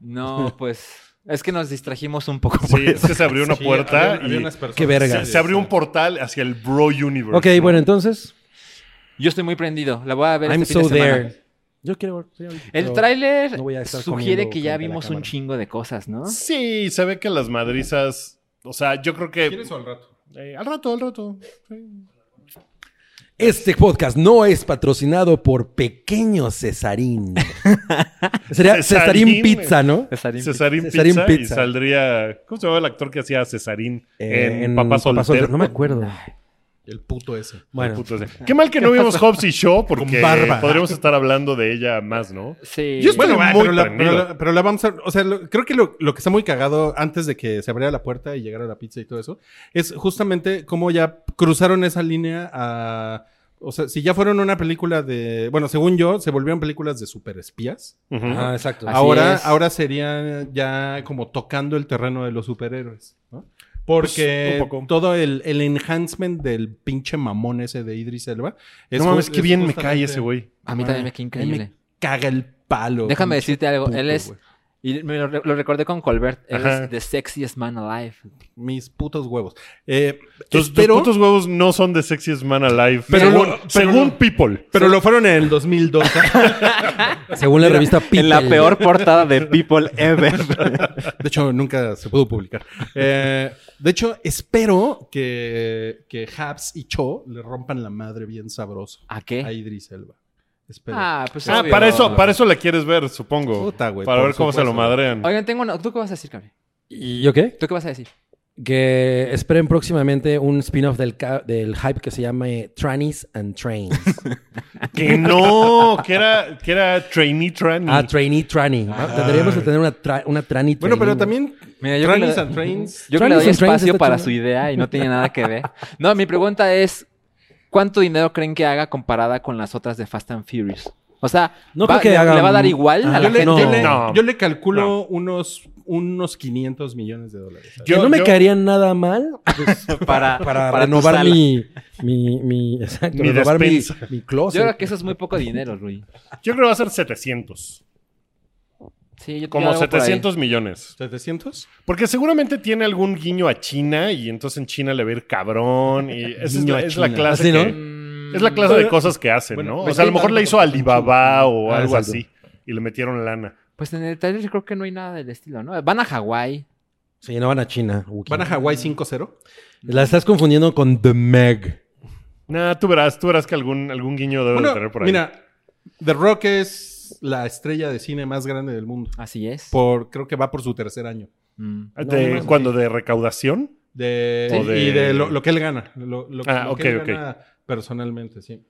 [SPEAKER 5] No, pues... Es que nos distrajimos un poco. por
[SPEAKER 2] Sí, es que se abrió una
[SPEAKER 3] Sí,
[SPEAKER 2] puerta
[SPEAKER 3] había- había
[SPEAKER 2] y
[SPEAKER 3] unas personas.
[SPEAKER 4] Qué verga.
[SPEAKER 2] se, se abrió un portal hacia el bro universe.
[SPEAKER 4] Ok,
[SPEAKER 2] ¿no?
[SPEAKER 4] bueno, entonces.
[SPEAKER 5] Yo estoy muy prendido. La voy a ver
[SPEAKER 4] I'm
[SPEAKER 5] este fin
[SPEAKER 4] so
[SPEAKER 5] de semana.
[SPEAKER 4] there. Yo quiero ver. sí, ahorita,
[SPEAKER 5] El
[SPEAKER 4] pero-
[SPEAKER 5] tráiler
[SPEAKER 4] no voy a estar
[SPEAKER 5] sugiere
[SPEAKER 4] comiendo
[SPEAKER 5] que ya
[SPEAKER 4] frente a la
[SPEAKER 5] vimos un
[SPEAKER 4] cámara.
[SPEAKER 5] chingo de cosas, ¿no?
[SPEAKER 2] Sí, se ve que las madrizas. O sea, yo creo que.
[SPEAKER 3] ¿Quieres o al rato?
[SPEAKER 2] eh, al rato, al rato. Sí.
[SPEAKER 4] Este podcast no es patrocinado por Pequeño
[SPEAKER 5] [laughs]
[SPEAKER 4] Cesarín. Sería
[SPEAKER 2] Cesarín,
[SPEAKER 4] Cesarín Pizza, ¿no?
[SPEAKER 5] Cesarín.
[SPEAKER 2] Cesarín,
[SPEAKER 4] Cesarín
[SPEAKER 2] Pizza,
[SPEAKER 4] Pizza.
[SPEAKER 2] Y saldría. ¿Cómo se llamaba el actor que hacía a Cesarín
[SPEAKER 4] Eh,
[SPEAKER 2] en, Papá Soltero?
[SPEAKER 4] No me acuerdo.
[SPEAKER 3] El puto ese.
[SPEAKER 4] Bueno,
[SPEAKER 2] Puto ese. Qué mal que no vimos Hobbs y Shaw porque
[SPEAKER 3] Con barba.
[SPEAKER 2] podríamos estar hablando de ella más, ¿no?
[SPEAKER 5] Sí.
[SPEAKER 2] Yo estoy
[SPEAKER 3] Bueno, va,
[SPEAKER 2] muy
[SPEAKER 3] pero, la,
[SPEAKER 2] prendido.
[SPEAKER 3] pero la- pero la vamos a. O sea, lo- creo que lo, lo que está muy cagado antes de que se abriera la puerta y llegara la pizza y todo eso es justamente cómo ya cruzaron esa línea a. O sea, si ya fueron una película de. Bueno, según yo, se volvieron películas de superespías.
[SPEAKER 2] Ujú.
[SPEAKER 4] ah, exacto.
[SPEAKER 5] Así
[SPEAKER 3] ahora,
[SPEAKER 5] es.
[SPEAKER 3] ahora sería ya como tocando el terreno de los superhéroes, ¿no? Porque
[SPEAKER 2] Pues, un poco.
[SPEAKER 3] todo el, el enhancement del pinche mamón ese de Idris Elba.
[SPEAKER 2] no mames,
[SPEAKER 3] ju-
[SPEAKER 2] qué bien me
[SPEAKER 3] justamente-
[SPEAKER 2] cae ese güey.
[SPEAKER 5] A mí también me queda
[SPEAKER 3] A mí
[SPEAKER 5] increíble.
[SPEAKER 3] caga el palo.
[SPEAKER 5] Déjame
[SPEAKER 3] pinche
[SPEAKER 5] decirte algo.
[SPEAKER 3] puto,
[SPEAKER 5] Él es.
[SPEAKER 3] güey.
[SPEAKER 5] Y me lo, re- lo recordé con Colbert. Él
[SPEAKER 2] Ajá.
[SPEAKER 5] es the sexiest man alive.
[SPEAKER 3] Mis putos huevos. Eh,
[SPEAKER 2] Tus, tus
[SPEAKER 3] espero-
[SPEAKER 2] putos huevos no son de Sexiest Man Alive.
[SPEAKER 3] Pero
[SPEAKER 2] según,
[SPEAKER 3] lo- pero
[SPEAKER 2] según
[SPEAKER 3] lo-
[SPEAKER 2] People.
[SPEAKER 3] Pero lo fueron en el 2002.
[SPEAKER 4] Según la revista People.
[SPEAKER 5] En la peor portada de People ever.
[SPEAKER 3] [laughs] De hecho, nunca se pudo publicar. Eh, de hecho, espero que, que Habs y Cho le rompan la madre bien sabroso
[SPEAKER 5] ¿A
[SPEAKER 2] ¿Eh?
[SPEAKER 5] qué?
[SPEAKER 3] a Idris Elba. Espero.
[SPEAKER 5] Ah, pues
[SPEAKER 2] Ah,
[SPEAKER 5] obvio.
[SPEAKER 2] para eso, para eso la quieres ver, supongo.
[SPEAKER 3] Puta, güey,
[SPEAKER 2] para
[SPEAKER 3] por
[SPEAKER 2] ver cómo se lo
[SPEAKER 3] supuesto.
[SPEAKER 2] madrean.
[SPEAKER 5] Oigan, tengo una. ¿Tú qué vas a decir, Gabriel?
[SPEAKER 4] ¿Y yo qué?
[SPEAKER 5] ¿Tú qué vas a decir?
[SPEAKER 4] Que esperen próximamente un spin-off del, ca- del hype que se llama eh, Trannies and
[SPEAKER 5] [laughs]
[SPEAKER 4] Trains.
[SPEAKER 2] Que no, que era, que era Trainee Tranny.
[SPEAKER 4] ah, Trainee Tranny. Ah, Tendríamos que tener una, tra- una Tranny
[SPEAKER 3] Bueno, pero
[SPEAKER 4] trainee,
[SPEAKER 3] también
[SPEAKER 5] Mira, yo
[SPEAKER 3] Trains
[SPEAKER 5] creo-
[SPEAKER 3] and Trains.
[SPEAKER 5] Yo creo que
[SPEAKER 4] Trains
[SPEAKER 5] le doy
[SPEAKER 4] and Trains
[SPEAKER 5] espacio
[SPEAKER 4] está
[SPEAKER 5] para
[SPEAKER 4] chingón.
[SPEAKER 5] su idea y no tiene nada que ver. No, mi pregunta es: ¿cuánto dinero creen que haga comparada con las otras de Fast and Furious? O sea,
[SPEAKER 4] No
[SPEAKER 5] va-
[SPEAKER 4] creo que
[SPEAKER 5] le,
[SPEAKER 4] haga
[SPEAKER 5] le va a dar
[SPEAKER 4] un-
[SPEAKER 5] igual
[SPEAKER 4] Ah,
[SPEAKER 5] a la
[SPEAKER 3] yo, le,
[SPEAKER 5] gente?
[SPEAKER 4] no.
[SPEAKER 3] yo le-
[SPEAKER 2] No.
[SPEAKER 3] yo le calculo
[SPEAKER 2] No.
[SPEAKER 3] unos, unos 500 millones de dólares.
[SPEAKER 4] Que
[SPEAKER 2] Yo-
[SPEAKER 4] no me
[SPEAKER 2] yo-
[SPEAKER 4] caería nada mal pues,
[SPEAKER 5] para,
[SPEAKER 4] para,
[SPEAKER 5] para tu
[SPEAKER 4] renovar
[SPEAKER 5] sala.
[SPEAKER 4] mi, mi, mi, [laughs] exacto,
[SPEAKER 2] Mi
[SPEAKER 4] renovar mi,
[SPEAKER 2] despensa.
[SPEAKER 4] mi
[SPEAKER 5] Yo creo
[SPEAKER 4] closet.
[SPEAKER 5] que eso es muy poco dinero, Rui.
[SPEAKER 2] Yo creo que va a ser 700.
[SPEAKER 5] Sí, yo
[SPEAKER 2] Como 700 millones.
[SPEAKER 3] ¿700?
[SPEAKER 2] Porque seguramente tiene algún guiño a China y entonces en China le va a ir cabrón.
[SPEAKER 4] [laughs]
[SPEAKER 2] Y esa es,
[SPEAKER 3] Guiño a
[SPEAKER 2] la, es la
[SPEAKER 3] China.
[SPEAKER 2] clase
[SPEAKER 4] Así, ¿Ah, ¿no?
[SPEAKER 2] que-
[SPEAKER 5] Mm,
[SPEAKER 2] es la clase de cosas que hacen,
[SPEAKER 3] Bueno,
[SPEAKER 2] ¿no?
[SPEAKER 3] me
[SPEAKER 2] O sea, a lo
[SPEAKER 3] estoy
[SPEAKER 2] mejor le
[SPEAKER 3] dando
[SPEAKER 2] hizo
[SPEAKER 3] porque-
[SPEAKER 2] Alibaba o
[SPEAKER 3] Ah,
[SPEAKER 2] algo
[SPEAKER 3] exacto.
[SPEAKER 2] así y le metieron lana.
[SPEAKER 5] Pues en el trailer creo que no hay nada del estilo, ¿no? Van a Hawái.
[SPEAKER 4] Sí, no van a China. Wookie.
[SPEAKER 3] ¿Van a Hawái 5-0?
[SPEAKER 4] La estás confundiendo con The Meg.
[SPEAKER 2] Nah, tú verás, tú verás que algún, algún guiño debe de
[SPEAKER 3] Bueno,
[SPEAKER 2] tener por ahí.
[SPEAKER 3] mira, The Rock es es la estrella de cine más grande del mundo.
[SPEAKER 5] Así es.
[SPEAKER 3] Por, creo que va por su tercer año.
[SPEAKER 5] Mm.
[SPEAKER 2] Ah, De-
[SPEAKER 4] no, no.
[SPEAKER 2] cuando de recaudación.
[SPEAKER 3] De,
[SPEAKER 5] Sí.
[SPEAKER 3] o de- Y de lo, lo que él gana. Lo, lo-
[SPEAKER 2] Ah,
[SPEAKER 3] lo
[SPEAKER 2] ok,
[SPEAKER 3] que él
[SPEAKER 2] ok.
[SPEAKER 3] gana personalmente, sí.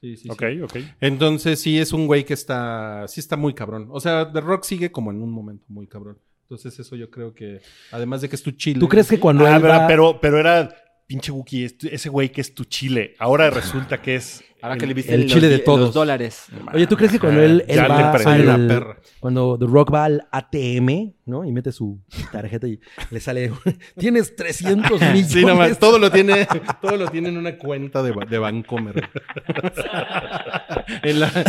[SPEAKER 3] Sí, sí, sí.
[SPEAKER 2] ok, ok.
[SPEAKER 3] Entonces sí es un güey que está, sí está muy cabrón. O sea, The Rock sigue como en un momento muy cabrón. Entonces eso yo creo que, además de que es tu chile.
[SPEAKER 4] ¿Tú crees que cuando
[SPEAKER 2] Ah,
[SPEAKER 4] él
[SPEAKER 2] verdad,
[SPEAKER 4] va-
[SPEAKER 2] pero, pero era pinche Wookie, es- ese güey que es tu chile. Ahora resulta que es.
[SPEAKER 5] Ahora
[SPEAKER 2] el- Ah,
[SPEAKER 5] que le viste
[SPEAKER 4] el
[SPEAKER 5] los
[SPEAKER 3] chile de
[SPEAKER 5] di- los
[SPEAKER 3] todos.
[SPEAKER 5] dólares.
[SPEAKER 4] Oye, ¿tú crees que cuando él, él
[SPEAKER 2] Ya le
[SPEAKER 4] va
[SPEAKER 2] prendí
[SPEAKER 4] al-
[SPEAKER 3] la perra.
[SPEAKER 4] cuando The Rock va al ATM, ¿no? Y mete su tarjeta y le sale, [laughs] tienes 300 millones.
[SPEAKER 3] Sí, nada más, todo lo tiene, todo lo tiene en una cuenta de, Ba- de Bancomer. [laughs] en, la- [laughs]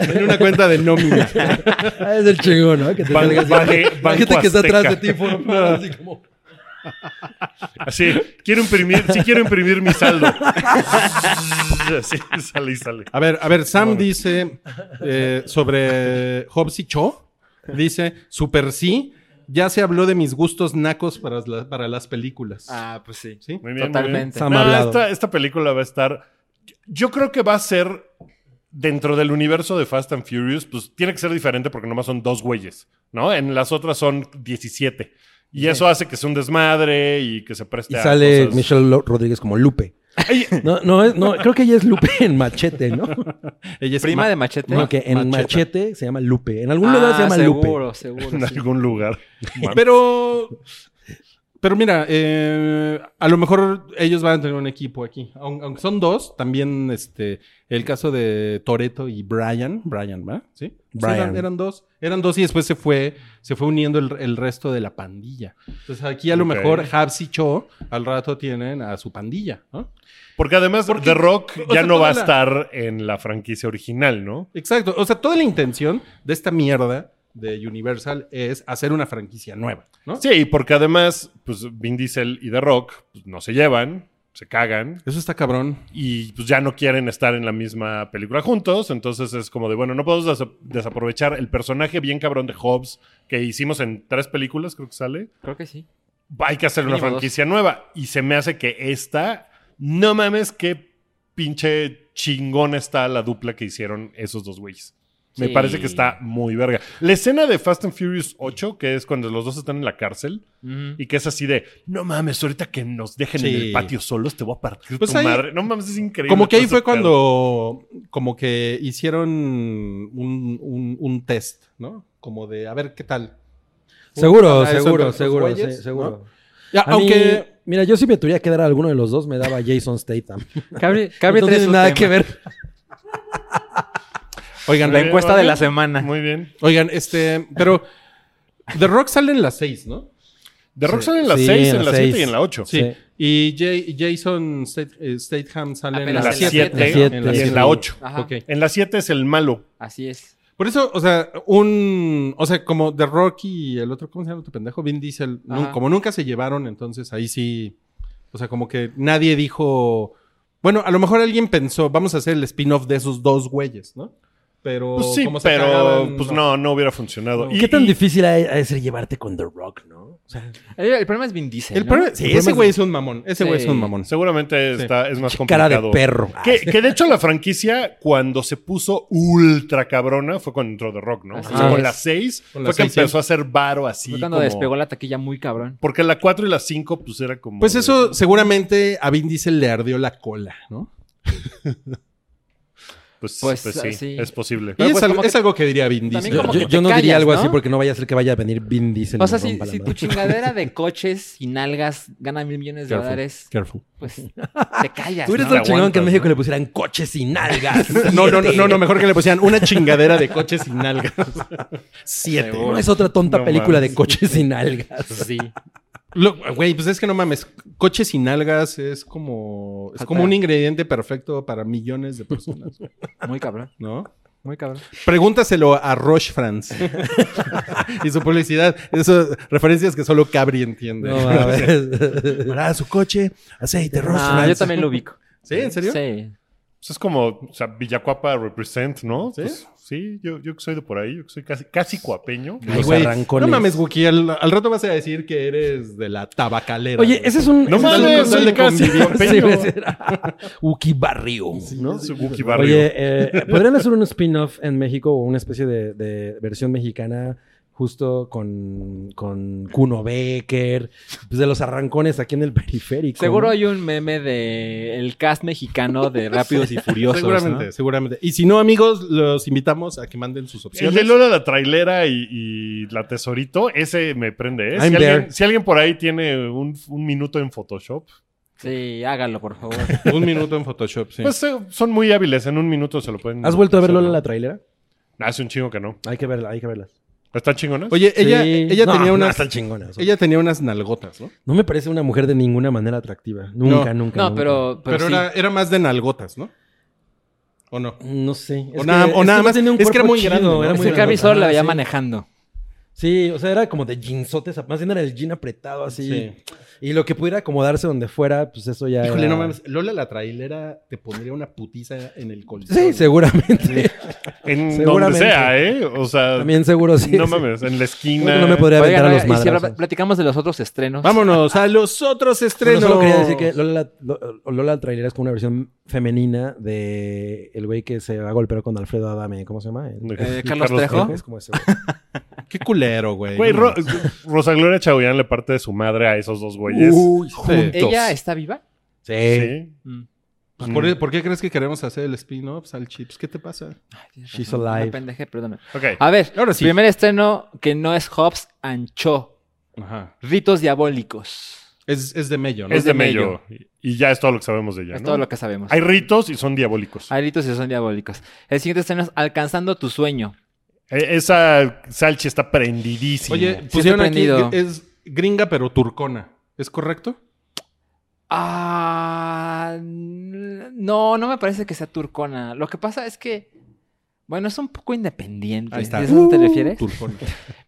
[SPEAKER 3] en una cuenta de nómina.
[SPEAKER 4] [laughs] Ah, es el chingón, ¿no? Que te
[SPEAKER 2] Ban-
[SPEAKER 4] salga así.
[SPEAKER 2] Ban-
[SPEAKER 4] [laughs] la gente
[SPEAKER 2] Banco
[SPEAKER 4] que está
[SPEAKER 2] Azteca.
[SPEAKER 4] atrás de ti formada, así como...
[SPEAKER 2] Así, quiero imprimir, sí quiero imprimir mi saldo. Así, sale y sale.
[SPEAKER 3] A ver, a ver, Sam dice eh, sobre Hobbs y Cho. Dice, super sí, ya se habló de mis gustos nacos para, la- para las películas.
[SPEAKER 5] Ah, pues sí.
[SPEAKER 3] ¿Sí?
[SPEAKER 2] Muy bien, muy bien.
[SPEAKER 5] Totalmente.
[SPEAKER 4] Sam
[SPEAKER 2] No,
[SPEAKER 4] hablado.
[SPEAKER 2] esta, esta película va a estar. Yo creo que va a ser. Dentro del universo de Fast and Furious, pues tiene que ser diferente porque nomás son dos güeyes, ¿no? En las otras son 17. Y eso hace que sea un desmadre y que se preste
[SPEAKER 4] Y
[SPEAKER 2] a
[SPEAKER 4] sale
[SPEAKER 2] cosas-
[SPEAKER 4] Michelle Lo- Rodríguez como Lupe. No, no, es- no, creo que ella es Lupe en Machete, ¿no?
[SPEAKER 3] Ella es
[SPEAKER 5] Prima
[SPEAKER 3] ma-
[SPEAKER 5] de machete.
[SPEAKER 4] No, que en
[SPEAKER 3] Macheta.
[SPEAKER 4] Machete se llama Lupe. En algún lugar
[SPEAKER 5] Ah,
[SPEAKER 4] se llama Lupe. [laughs]
[SPEAKER 5] seguro, seguro.
[SPEAKER 2] en
[SPEAKER 5] sí.
[SPEAKER 2] algún lugar.
[SPEAKER 3] Pero, pero mira, eh, a lo mejor ellos van a tener un equipo aquí. Aun- Aunque son dos, también este, el caso de Toreto y Brian. Brian, ¿va? Sí. Sí,
[SPEAKER 4] Brian.
[SPEAKER 3] eran, eran dos. Eran dos y después se fue, se fue uniendo el, el resto de la pandilla. Entonces aquí a lo
[SPEAKER 2] Ok.
[SPEAKER 3] mejor Habs y Cho al rato tienen a su pandilla, ¿no?
[SPEAKER 2] Porque además
[SPEAKER 3] Porque-
[SPEAKER 2] The Rock
[SPEAKER 3] o
[SPEAKER 2] ya
[SPEAKER 3] sea,
[SPEAKER 2] no va a
[SPEAKER 3] toda la-
[SPEAKER 2] estar en la franquicia original, ¿no?
[SPEAKER 3] Exacto. O sea, toda la intención de esta mierda de Universal es hacer una franquicia nueva, ¿no?
[SPEAKER 2] Sí, porque además, pues Vin Diesel y The Rock pues, no se llevan, se cagan
[SPEAKER 3] Eso está cabrón.
[SPEAKER 2] y pues ya no quieren estar en la misma película juntos. Entonces es como de, bueno, no podemos desa- desaprovechar el personaje bien cabrón de Hobbs que hicimos en tres películas, creo que sale.
[SPEAKER 5] Creo que sí.
[SPEAKER 2] Hay que hacer una
[SPEAKER 5] Mínimo dos.
[SPEAKER 2] franquicia nueva. Y se me hace que esta, no mames, qué pinche chingón está la dupla que hicieron esos dos güeyes. Me
[SPEAKER 5] Sí.
[SPEAKER 2] parece que está muy verga. La escena de Fast and Furious 8, que es cuando los dos están en la cárcel,
[SPEAKER 5] Ujú.
[SPEAKER 2] y que es así de, no mames, ahorita que nos dejen en
[SPEAKER 3] Sí.
[SPEAKER 2] el patio solos, te voy a partir
[SPEAKER 3] Pues
[SPEAKER 2] tu
[SPEAKER 3] ahí-
[SPEAKER 2] madre. No mames, es increíble.
[SPEAKER 3] Como que ahí
[SPEAKER 2] todo
[SPEAKER 3] fue
[SPEAKER 2] ese pedo.
[SPEAKER 3] cuando, como que hicieron un, un- un test, ¿no? Como de, a ver qué tal.
[SPEAKER 4] Uh, Seguro,
[SPEAKER 3] Ah, eso
[SPEAKER 4] seguro,
[SPEAKER 3] entre
[SPEAKER 4] seguro,
[SPEAKER 3] esos güeyes,
[SPEAKER 4] sí, seguro.
[SPEAKER 3] Ya,
[SPEAKER 4] A
[SPEAKER 3] aunque,
[SPEAKER 4] mí- mira, yo si me tuviera que dar a alguno de los dos, me daba a Jason Statham.
[SPEAKER 5] [laughs] Cabri, Cabri
[SPEAKER 4] no
[SPEAKER 5] trae
[SPEAKER 4] tiene
[SPEAKER 5] su
[SPEAKER 4] nada
[SPEAKER 5] tema.
[SPEAKER 4] que ver.
[SPEAKER 3] oigan,
[SPEAKER 5] La
[SPEAKER 2] Muy
[SPEAKER 5] encuesta
[SPEAKER 2] bien,
[SPEAKER 5] de la
[SPEAKER 2] muy bien.
[SPEAKER 5] semana.
[SPEAKER 2] Muy bien.
[SPEAKER 3] oigan, este, pero The Rock sale en las seis, ¿no?
[SPEAKER 2] De Rock
[SPEAKER 4] Sí,
[SPEAKER 2] sale en la
[SPEAKER 4] sí,
[SPEAKER 2] 6,
[SPEAKER 4] en
[SPEAKER 2] en
[SPEAKER 4] la
[SPEAKER 2] la 7
[SPEAKER 4] seis.
[SPEAKER 2] y en la 8.
[SPEAKER 4] Sí.
[SPEAKER 3] Y Jay- Jason Stat- eh, Statham sale en
[SPEAKER 5] Apenas
[SPEAKER 3] las
[SPEAKER 2] en la
[SPEAKER 3] siete.
[SPEAKER 2] siete.
[SPEAKER 4] siete.
[SPEAKER 3] En
[SPEAKER 2] Y
[SPEAKER 3] las
[SPEAKER 2] en
[SPEAKER 3] siete.
[SPEAKER 2] la 8.
[SPEAKER 5] Ajá.
[SPEAKER 3] Ok.
[SPEAKER 2] En la 7 es el malo.
[SPEAKER 5] Así es.
[SPEAKER 3] Por eso, o sea, un. O sea, como The Rock y el otro, ¿cómo se llama tu pendejo? Vin Diesel. nu-
[SPEAKER 5] Ajá.
[SPEAKER 3] como nunca se llevaron, entonces ahí sí. O sea, como que nadie dijo. Bueno, a lo mejor alguien pensó, vamos a hacer el spin-off de esos dos güeyes, ¿no? Pero.
[SPEAKER 2] Pues sí,
[SPEAKER 3] como se
[SPEAKER 2] pero
[SPEAKER 3] cagaban,
[SPEAKER 2] pues no, no hubiera funcionado.
[SPEAKER 4] ¿Qué tan difícil ha ha de ser llevarte con The Rock, no? O sea,
[SPEAKER 5] El, el problema es Vin Diesel,
[SPEAKER 3] El
[SPEAKER 5] ¿no?
[SPEAKER 3] problema- sí,
[SPEAKER 4] El problema
[SPEAKER 3] ese
[SPEAKER 4] es-
[SPEAKER 3] güey es un mamón. Ese
[SPEAKER 5] Sí.
[SPEAKER 3] güey es un mamón.
[SPEAKER 2] Seguramente
[SPEAKER 3] Sí.
[SPEAKER 2] está, es más
[SPEAKER 4] cara
[SPEAKER 2] complicado.
[SPEAKER 4] de perro.
[SPEAKER 2] Que, que de hecho la franquicia, cuando se puso ultra cabrona, fue cuando entró The Rock, ¿no?
[SPEAKER 5] Así
[SPEAKER 2] O sea, con
[SPEAKER 5] es.
[SPEAKER 2] las 6
[SPEAKER 3] Con
[SPEAKER 2] fue
[SPEAKER 3] las
[SPEAKER 2] que
[SPEAKER 3] seis,
[SPEAKER 2] empezó a hacer varo así.
[SPEAKER 5] Fue cuando
[SPEAKER 2] como-
[SPEAKER 5] despegó la taquilla muy cabrón.
[SPEAKER 2] Porque la 4 y la 5, pues era como.
[SPEAKER 3] Pues
[SPEAKER 2] de-
[SPEAKER 3] eso, seguramente a Vin Diesel le ardió la cola, ¿no?
[SPEAKER 2] Pues,
[SPEAKER 5] pues,
[SPEAKER 2] pues sí,
[SPEAKER 5] así.
[SPEAKER 2] es posible.
[SPEAKER 3] Y
[SPEAKER 5] Pero
[SPEAKER 3] es,
[SPEAKER 5] pues
[SPEAKER 3] al-
[SPEAKER 5] como que-
[SPEAKER 3] es algo que diría Vin Diesel.
[SPEAKER 5] También como
[SPEAKER 4] Yo,
[SPEAKER 5] que
[SPEAKER 4] yo
[SPEAKER 5] te
[SPEAKER 4] no diría
[SPEAKER 5] callas,
[SPEAKER 4] algo
[SPEAKER 5] ¿no?
[SPEAKER 4] así porque no vaya a ser que vaya a venir Vin Diesel.
[SPEAKER 5] O
[SPEAKER 4] y
[SPEAKER 5] sea,
[SPEAKER 4] me
[SPEAKER 5] si,
[SPEAKER 4] rompa la
[SPEAKER 5] si tu
[SPEAKER 4] madre.
[SPEAKER 5] chingadera de coches y nalgas gana mil millones de
[SPEAKER 3] Careful.
[SPEAKER 5] dólares,
[SPEAKER 3] Careful.
[SPEAKER 4] [laughs]
[SPEAKER 5] pues te
[SPEAKER 4] [laughs]
[SPEAKER 5] callas.
[SPEAKER 4] Tú eres
[SPEAKER 5] ¿no?
[SPEAKER 4] el chingón que
[SPEAKER 2] Aguantas,
[SPEAKER 4] en México
[SPEAKER 2] ¿no?
[SPEAKER 4] le pusieran coches sin nalgas.
[SPEAKER 3] No, no, no, no, no, mejor que le pusieran una chingadera de coches sin nalgas. Siete.
[SPEAKER 4] No es otra tonta
[SPEAKER 2] No
[SPEAKER 4] película
[SPEAKER 2] mames.
[SPEAKER 4] de coches sin algas.
[SPEAKER 5] Sí.
[SPEAKER 3] Lo- Güey, pues es que no mames, coches sin algas es como es
[SPEAKER 5] Fatal.
[SPEAKER 3] como un ingrediente perfecto para millones de personas,
[SPEAKER 5] Muy cabrón,
[SPEAKER 3] ¿no?
[SPEAKER 5] muy cabrón.
[SPEAKER 3] Pregúntaselo a Roche France [laughs] y su publicidad, eso referencias que solo Cabri entiende.
[SPEAKER 4] No,
[SPEAKER 3] [laughs]
[SPEAKER 4] a ver. [laughs] Para su coche, aceite,
[SPEAKER 5] Ah, yo también lo ubico.
[SPEAKER 3] ¿Sí? ¿En serio?
[SPEAKER 5] Sí.
[SPEAKER 2] Pues es como, o sea, Villacuapa represent, ¿no?
[SPEAKER 3] ¿Sí?
[SPEAKER 2] Pues, sí, yo, yo que soy de por ahí, yo que soy casi, casi cuapeño.
[SPEAKER 4] Ay,
[SPEAKER 3] Los
[SPEAKER 4] güey,
[SPEAKER 3] arrancones. No mames, Wookie, al, al rato vas a decir que eres de la tabacalera.
[SPEAKER 4] Oye,
[SPEAKER 3] güey.
[SPEAKER 4] ese es un.
[SPEAKER 2] No
[SPEAKER 4] ese es un
[SPEAKER 2] mames,
[SPEAKER 4] control
[SPEAKER 2] soy
[SPEAKER 4] de
[SPEAKER 2] casi
[SPEAKER 4] convivio.
[SPEAKER 2] costeño.
[SPEAKER 4] Sí,
[SPEAKER 3] [laughs]
[SPEAKER 4] güey, sí. Uki Barrio.
[SPEAKER 2] ¿no? Soy Wookie Barrio.
[SPEAKER 4] Oye,
[SPEAKER 3] [laughs]
[SPEAKER 4] eh, ¿podrían hacer un spin-off en México o una especie de, de versión mexicana justo con, con Kuno Becker, pues de los arrancones aquí en el periférico?
[SPEAKER 5] Seguro
[SPEAKER 4] ¿no?
[SPEAKER 5] hay un meme de el cast mexicano de
[SPEAKER 3] [laughs]
[SPEAKER 5] Rápidos y Furiosos. ¿no?
[SPEAKER 3] Seguramente, seguramente. Y si no, amigos, los invitamos a que manden sus
[SPEAKER 2] El
[SPEAKER 3] opciones.
[SPEAKER 2] de Lola la trailera y, y la tesorito, ese me prende. ¿eh? Si,
[SPEAKER 4] I'm
[SPEAKER 2] alguien,
[SPEAKER 4] there.
[SPEAKER 2] si alguien por ahí tiene un, un minuto en Photoshop,
[SPEAKER 5] Sí, hágalo, por favor.
[SPEAKER 3] Un minuto en Photoshop, sí.
[SPEAKER 2] pues eh, son muy hábiles. En un minuto se lo pueden.
[SPEAKER 4] ¿Has vuelto a ver
[SPEAKER 2] hacer,
[SPEAKER 4] Lola
[SPEAKER 2] ¿no?
[SPEAKER 4] la trailera?
[SPEAKER 2] Ah, Hace un chingo que no.
[SPEAKER 4] Hay que verla, hay que verla.
[SPEAKER 2] ¿Están chingonas?
[SPEAKER 3] Oye, ella,
[SPEAKER 4] Sí.
[SPEAKER 3] ella
[SPEAKER 4] No,
[SPEAKER 3] tenía
[SPEAKER 4] no,
[SPEAKER 3] unas.
[SPEAKER 4] están chingonas.
[SPEAKER 3] ella tenía unas nalgotas, ¿no?
[SPEAKER 4] No me parece una mujer de ninguna manera atractiva. Nunca, nunca.
[SPEAKER 5] No,
[SPEAKER 4] nunca.
[SPEAKER 5] pero, pero,
[SPEAKER 3] Pero,
[SPEAKER 5] sí.
[SPEAKER 3] era, era más de nalgotas, ¿no? ¿O no?
[SPEAKER 4] No sé.
[SPEAKER 3] O nada- o
[SPEAKER 4] no
[SPEAKER 3] nada más-
[SPEAKER 4] tenía un
[SPEAKER 3] es que era
[SPEAKER 4] cuerpo
[SPEAKER 3] muy grande, ¿no?
[SPEAKER 4] era
[SPEAKER 3] Es
[SPEAKER 4] muy
[SPEAKER 5] Sí,
[SPEAKER 4] grande.
[SPEAKER 5] Carrie solo la
[SPEAKER 4] Ajá,
[SPEAKER 5] veía
[SPEAKER 4] sí.
[SPEAKER 5] manejando.
[SPEAKER 4] Sí, o sea, era como de jeansotes. Más bien era el jean apretado así.
[SPEAKER 3] Sí.
[SPEAKER 4] Y lo que pudiera acomodarse donde fuera, pues eso ya
[SPEAKER 3] Híjole,
[SPEAKER 4] era-
[SPEAKER 3] no mames. Lola la trailera te pondría una putiza en el coliseo. [laughs]
[SPEAKER 4] Sí, seguramente.
[SPEAKER 2] en donde
[SPEAKER 4] seguramente.
[SPEAKER 2] sea, ¿eh? O sea,
[SPEAKER 4] También seguro sí.
[SPEAKER 2] no
[SPEAKER 4] sí.
[SPEAKER 2] mames, en la
[SPEAKER 4] Creo
[SPEAKER 2] esquina.
[SPEAKER 4] que no me podría
[SPEAKER 5] Oigan,
[SPEAKER 4] aventar a
[SPEAKER 5] oigan,
[SPEAKER 4] los
[SPEAKER 5] y si
[SPEAKER 4] madrazos.
[SPEAKER 5] habla- platicamos de los otros estrenos.
[SPEAKER 3] Vámonos a los otros
[SPEAKER 4] Bueno,
[SPEAKER 3] estrenos.
[SPEAKER 4] solo quería decir que Lola, Lo- Lola Trailera es como una versión femenina de el güey que se va a golpear con Alfredo Adame. ¿Cómo se llama? El-
[SPEAKER 2] [laughs]
[SPEAKER 5] Eh, Carlos Trejo.
[SPEAKER 4] Es como ese güey.
[SPEAKER 3] Qué culero, güey.
[SPEAKER 2] Güey,
[SPEAKER 3] No
[SPEAKER 2] Ro-
[SPEAKER 3] mames.
[SPEAKER 2] Rosa Gloria Chagoyán le parte de su madre a esos dos güeyes.
[SPEAKER 4] Uy,
[SPEAKER 3] sí.
[SPEAKER 5] ¿Ella está viva?
[SPEAKER 4] sí.
[SPEAKER 2] Sí.
[SPEAKER 5] Mm.
[SPEAKER 3] Pues, ¿por, por qué crees que queremos hacer el spin-off, Sal Chips? ¿Qué te pasa?
[SPEAKER 5] Ay, tienes
[SPEAKER 4] She's
[SPEAKER 5] razón, me
[SPEAKER 4] alive.
[SPEAKER 5] pendejé, perdóname.
[SPEAKER 2] Ok.
[SPEAKER 5] A ver,
[SPEAKER 3] Ahora sí.
[SPEAKER 5] primer estreno que no es Hobbs and Cho.
[SPEAKER 3] Ajá.
[SPEAKER 5] Ritos diabólicos.
[SPEAKER 3] Es, es de Mello, ¿no?
[SPEAKER 2] es de
[SPEAKER 5] de
[SPEAKER 2] Mello. Y ya es todo lo que sabemos de ella.
[SPEAKER 5] es
[SPEAKER 2] ¿no?
[SPEAKER 5] todo lo que sabemos.
[SPEAKER 2] Hay ritos y son diabólicos.
[SPEAKER 5] Hay ritos y son diabólicos. El siguiente estreno es Alcanzando tu sueño.
[SPEAKER 2] E- Esa salchi está prendidísima.
[SPEAKER 3] Oye,
[SPEAKER 5] está
[SPEAKER 3] pusieron aquí
[SPEAKER 5] prendido.
[SPEAKER 3] que es gringa pero turcona. ¿Es correcto?
[SPEAKER 5] Ah, no, no me parece que sea turcona. Lo que pasa es que, bueno, es un poco independiente.
[SPEAKER 3] Ahí está.
[SPEAKER 5] ¿De eso te refieres?
[SPEAKER 3] Turcona.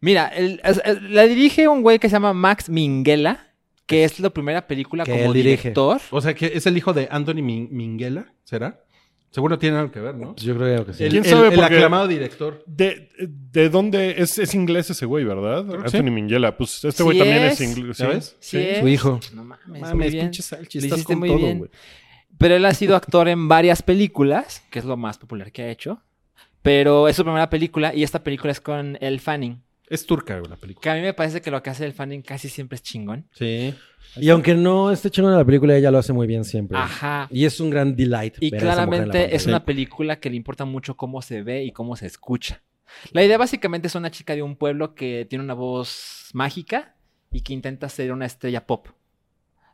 [SPEAKER 5] Mira, el- es- es- la dirige un güey que se llama Max Minghella, que es la primera película
[SPEAKER 4] Que
[SPEAKER 5] como
[SPEAKER 4] él dirige.
[SPEAKER 5] director.
[SPEAKER 3] O sea, que es el hijo de Anthony Min- Minghella, ¿será? Seguro tiene algo que ver, ¿no?
[SPEAKER 4] Pues Yo creo que sí.
[SPEAKER 3] El,
[SPEAKER 2] ¿Quién
[SPEAKER 3] el-
[SPEAKER 2] sabe?
[SPEAKER 3] el
[SPEAKER 2] Porque-
[SPEAKER 3] aclamado director.
[SPEAKER 2] ¿De, de dónde? Es, es inglés ese güey, ¿verdad?
[SPEAKER 3] Creo que sí.
[SPEAKER 2] Anthony Minghella. Pues este
[SPEAKER 5] Sí
[SPEAKER 2] güey también es,
[SPEAKER 5] es.
[SPEAKER 2] inglés.
[SPEAKER 3] ¿Ya ves?
[SPEAKER 5] Sí, es.
[SPEAKER 4] Su hijo.
[SPEAKER 5] No mames, muy
[SPEAKER 3] Mames,
[SPEAKER 5] bien.
[SPEAKER 3] pinche Salchi,
[SPEAKER 5] Lo
[SPEAKER 3] estás
[SPEAKER 5] hiciste
[SPEAKER 3] con
[SPEAKER 5] muy
[SPEAKER 3] todo,
[SPEAKER 5] bien.
[SPEAKER 3] güey.
[SPEAKER 5] Pero él ha sido actor en varias películas, que es lo más popular que ha hecho. Pero es su primera película y esta película es con El Fanning.
[SPEAKER 3] Es turca güey, la película.
[SPEAKER 5] Que a mí me parece que lo que hace El Fanning casi siempre es chingón.
[SPEAKER 3] Sí.
[SPEAKER 4] Y aunque no esté chingón en la película, ella lo hace muy bien siempre.
[SPEAKER 3] Ah.
[SPEAKER 5] Ajá.
[SPEAKER 4] Y es un gran delight.
[SPEAKER 5] Y
[SPEAKER 4] ver a esa mujer en la
[SPEAKER 5] claramente es
[SPEAKER 4] pantalla.
[SPEAKER 5] una película que le importa mucho cómo se ve y cómo se escucha. La idea básicamente es una chica de un pueblo que tiene una voz mágica y que intenta ser una estrella pop.